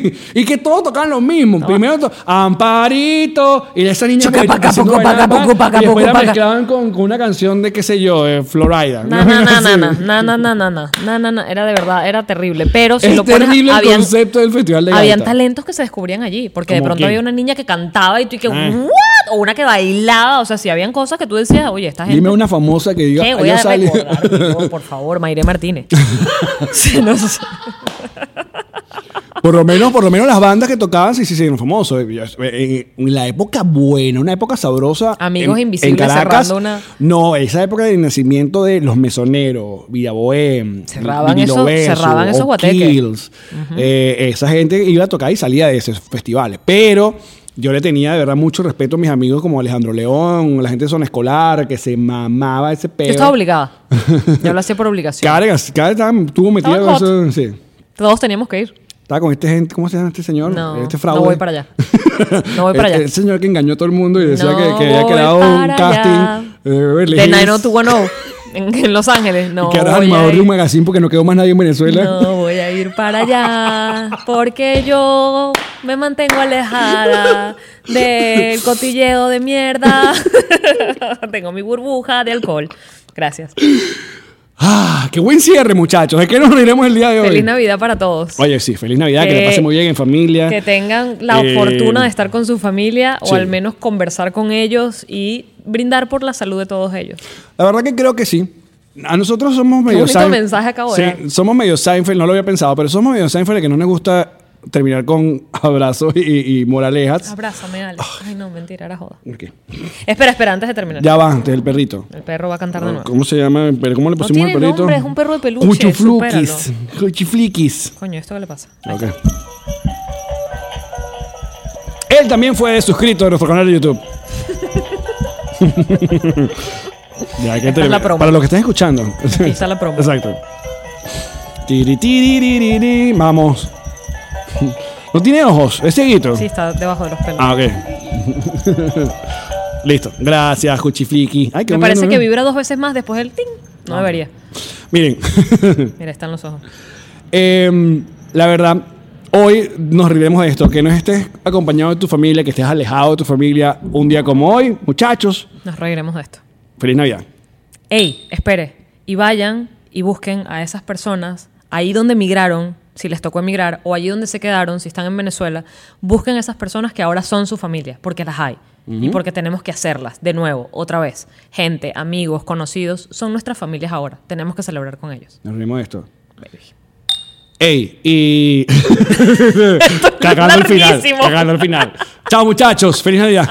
Speaker 2: (laughs) y que todos tocaban lo mismo. Primero, to- Amparito. Y esa niña
Speaker 1: Choca
Speaker 2: que-
Speaker 1: pa' acá,
Speaker 2: haciendo
Speaker 1: poco pa' acá,
Speaker 2: bailaba,
Speaker 1: poco pa' acá,
Speaker 2: y
Speaker 1: poco
Speaker 2: después la
Speaker 1: pa' acá.
Speaker 2: mezclaban con, con una canción de, qué sé yo, de Florida.
Speaker 3: Na, na, na,
Speaker 2: (laughs)
Speaker 3: na, na, na, na, na, na, na, na, na, na. Era de verdad, era terrible. Pero si
Speaker 2: Es
Speaker 3: lo pones,
Speaker 2: terrible el
Speaker 3: habían,
Speaker 2: concepto del festival de
Speaker 3: habían
Speaker 2: gaita.
Speaker 3: talentos que se descubrían allí. Porque de
Speaker 2: ¿Cómo
Speaker 3: pronto
Speaker 2: quién?
Speaker 3: había una niña que cantaba y tú y que,
Speaker 2: Ah.
Speaker 3: ¿what? O una que bailaba. O sea, si habían cosas que tú decías, oye, esta gente.
Speaker 2: Dime una famosa que diga.
Speaker 3: ¿Qué? Voy
Speaker 2: "Yo
Speaker 3: a
Speaker 2: salí-".
Speaker 3: recordar, no, por favor, Mayre Martínez. (laughs) Sí, no sé.
Speaker 2: (laughs) Por lo menos, por lo menos las bandas que tocaban sí, sí, sí, eran famosos. Eh, eh, En la época buena, una época sabrosa.
Speaker 3: Amigos
Speaker 2: en-
Speaker 3: Invisibles
Speaker 2: en Caracas,
Speaker 3: cerrando una-
Speaker 2: No, esa época del nacimiento de los mesoneros, Villabohem,
Speaker 3: Cerraban esos-
Speaker 2: Virilobeso,
Speaker 3: cerraban esos guateques.
Speaker 2: O'Kills. Eh, esa gente iba a tocar y salía de esos festivales. Pero yo le tenía de verdad mucho respeto a mis amigos como Alejandro León, la gente de Zona Escolar, que se mamaba ese pedo.
Speaker 3: Yo estaba obligada. Yo lo hacía por obligación.
Speaker 2: Cada, cada estaba- estuvo metida
Speaker 3: Estaban
Speaker 2: con eso, sí.
Speaker 3: Todos teníamos que ir.
Speaker 2: Estaba con este gente, ¿cómo se llama este señor?
Speaker 3: No,
Speaker 2: este fraude.
Speaker 3: no voy para allá.
Speaker 2: (laughs)
Speaker 3: No voy para
Speaker 2: El-
Speaker 3: allá.
Speaker 2: El señor que engañó a todo el mundo y decía
Speaker 3: No
Speaker 2: que, que había
Speaker 3: voy
Speaker 2: creado un
Speaker 3: para
Speaker 2: casting
Speaker 3: allá.
Speaker 2: eh, Beverly
Speaker 3: De
Speaker 2: Hills,
Speaker 3: 90210 en, en Los Ángeles. No.
Speaker 2: y que ahora es
Speaker 3: voy a
Speaker 2: animador de
Speaker 3: ir.
Speaker 2: un magazine porque no quedó más nadie en Venezuela.
Speaker 3: No voy a ir para allá porque yo me mantengo alejada del cotilleo de mierda. (laughs) Tengo mi burbuja de alcohol. Gracias.
Speaker 2: ¡Ah! ¡Qué buen cierre, muchachos! ¿De qué nos reiremos el día de hoy?
Speaker 3: Feliz Navidad para todos.
Speaker 2: Oye, sí, feliz Navidad, que,
Speaker 3: Que-
Speaker 2: la pasen muy bien en familia.
Speaker 3: Que tengan la
Speaker 2: Eh,
Speaker 3: fortuna de estar con su familia
Speaker 2: sí.
Speaker 3: o al menos conversar con ellos y brindar por la salud de todos ellos.
Speaker 2: La verdad que creo que sí. A nosotros somos medio
Speaker 3: bonito
Speaker 2: Sein-
Speaker 3: mensaje acabo de
Speaker 2: Sí, somos medio Seinfeld, no lo había pensado, pero somos medio Seinfeld de que no nos gusta terminar con (laughs) abrazos y, y moralejas.
Speaker 3: Abrázame, Alex. Ay, no, mentira, era joda.
Speaker 2: Ok.
Speaker 3: Espera, espera, antes de terminar.
Speaker 2: Ya va, antes el perrito. Ah,
Speaker 3: El perro va a cantar de nuevo.
Speaker 2: ¿Cómo se llama? el per- ¿Cómo le
Speaker 3: No
Speaker 2: pusimos
Speaker 3: tiene
Speaker 2: al perrito?
Speaker 3: nombre, es un perro de peluche,
Speaker 2: Cuchifluquis. Cuchifliquis.
Speaker 3: Coño, ¿esto qué le pasa?
Speaker 2: Ok. Él también fue suscrito a nuestro canal de
Speaker 3: (laughs)
Speaker 2: YouTube. Ya, que
Speaker 3: Esta es la
Speaker 2: te-
Speaker 3: promo.
Speaker 2: Para los que están escuchando.
Speaker 3: Aquí está la promo.
Speaker 2: Exacto. Tiri, tiri, tiri, tiri. Vamos. No tiene ojos, es cieguito.
Speaker 3: Sí, está debajo de los pelos.
Speaker 2: Ah, ok. (laughs) Listo. Gracias, Cuchifliki. Ay, qué
Speaker 3: Me
Speaker 2: bueno,
Speaker 3: parece que
Speaker 2: ¿no?
Speaker 3: vibra dos veces más después del ting. No debería.
Speaker 2: Miren. (laughs)
Speaker 3: Mira, están los ojos.
Speaker 2: Eh, la verdad, hoy nos riremos de esto. Que no estés acompañado de tu familia, que estés alejado de tu familia un día como hoy. Muchachos,
Speaker 3: Nos reiremos de esto.
Speaker 2: feliz Navidad.
Speaker 3: Ey, espere. Y vayan y busquen a esas personas ahí donde migraron, si les tocó emigrar, o allí donde se quedaron, si están en Venezuela, busquen a esas personas que ahora son su familia, porque las hay. Y porque tenemos que hacerlas, de nuevo, otra vez. Gente, amigos, conocidos, son nuestras familias ahora. Tenemos que celebrar con ellos.
Speaker 2: Nos riremos de esto. Ey, y. (laughs) cagando al final.
Speaker 3: larguísimo.
Speaker 2: Cagando al final. Chao, muchachos. Feliz Navidad.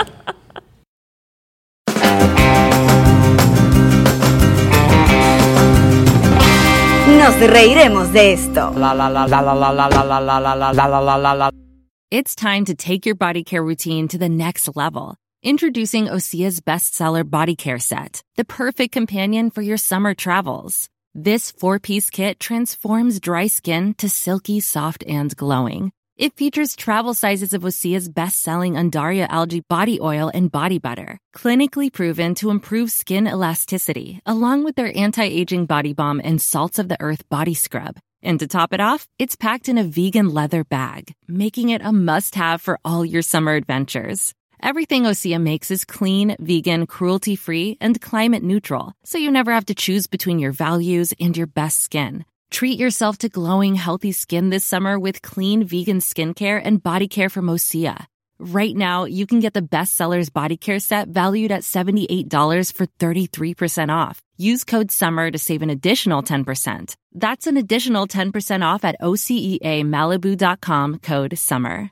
Speaker 1: Nos reiremos de esto.
Speaker 4: It's time to take your body care routine to the next level. Introducing Osea's bestseller body care set, the perfect companion for your summer travels. This four piece kit transforms dry skin to silky, soft, and glowing. It features travel sizes of Osea's best selling Undaria algae body oil and body butter, clinically proven to improve skin elasticity, along with their anti aging body balm and salts of the earth body scrub. And to top it off, it's packed in a vegan leather bag, making it a must have for all your summer adventures. Everything Osea makes is clean, vegan, cruelty free, and climate neutral, so you never have to choose between your values and your best skin. Treat yourself to glowing, healthy skin this summer with clean vegan skincare and body care from Osea. Right now, you can get the best sellers body care set valued at $78 for 33% off. Use code SUMMER to save an additional E 10%. That's an additional 10% off at OCEAMalibu.com code SUMMER.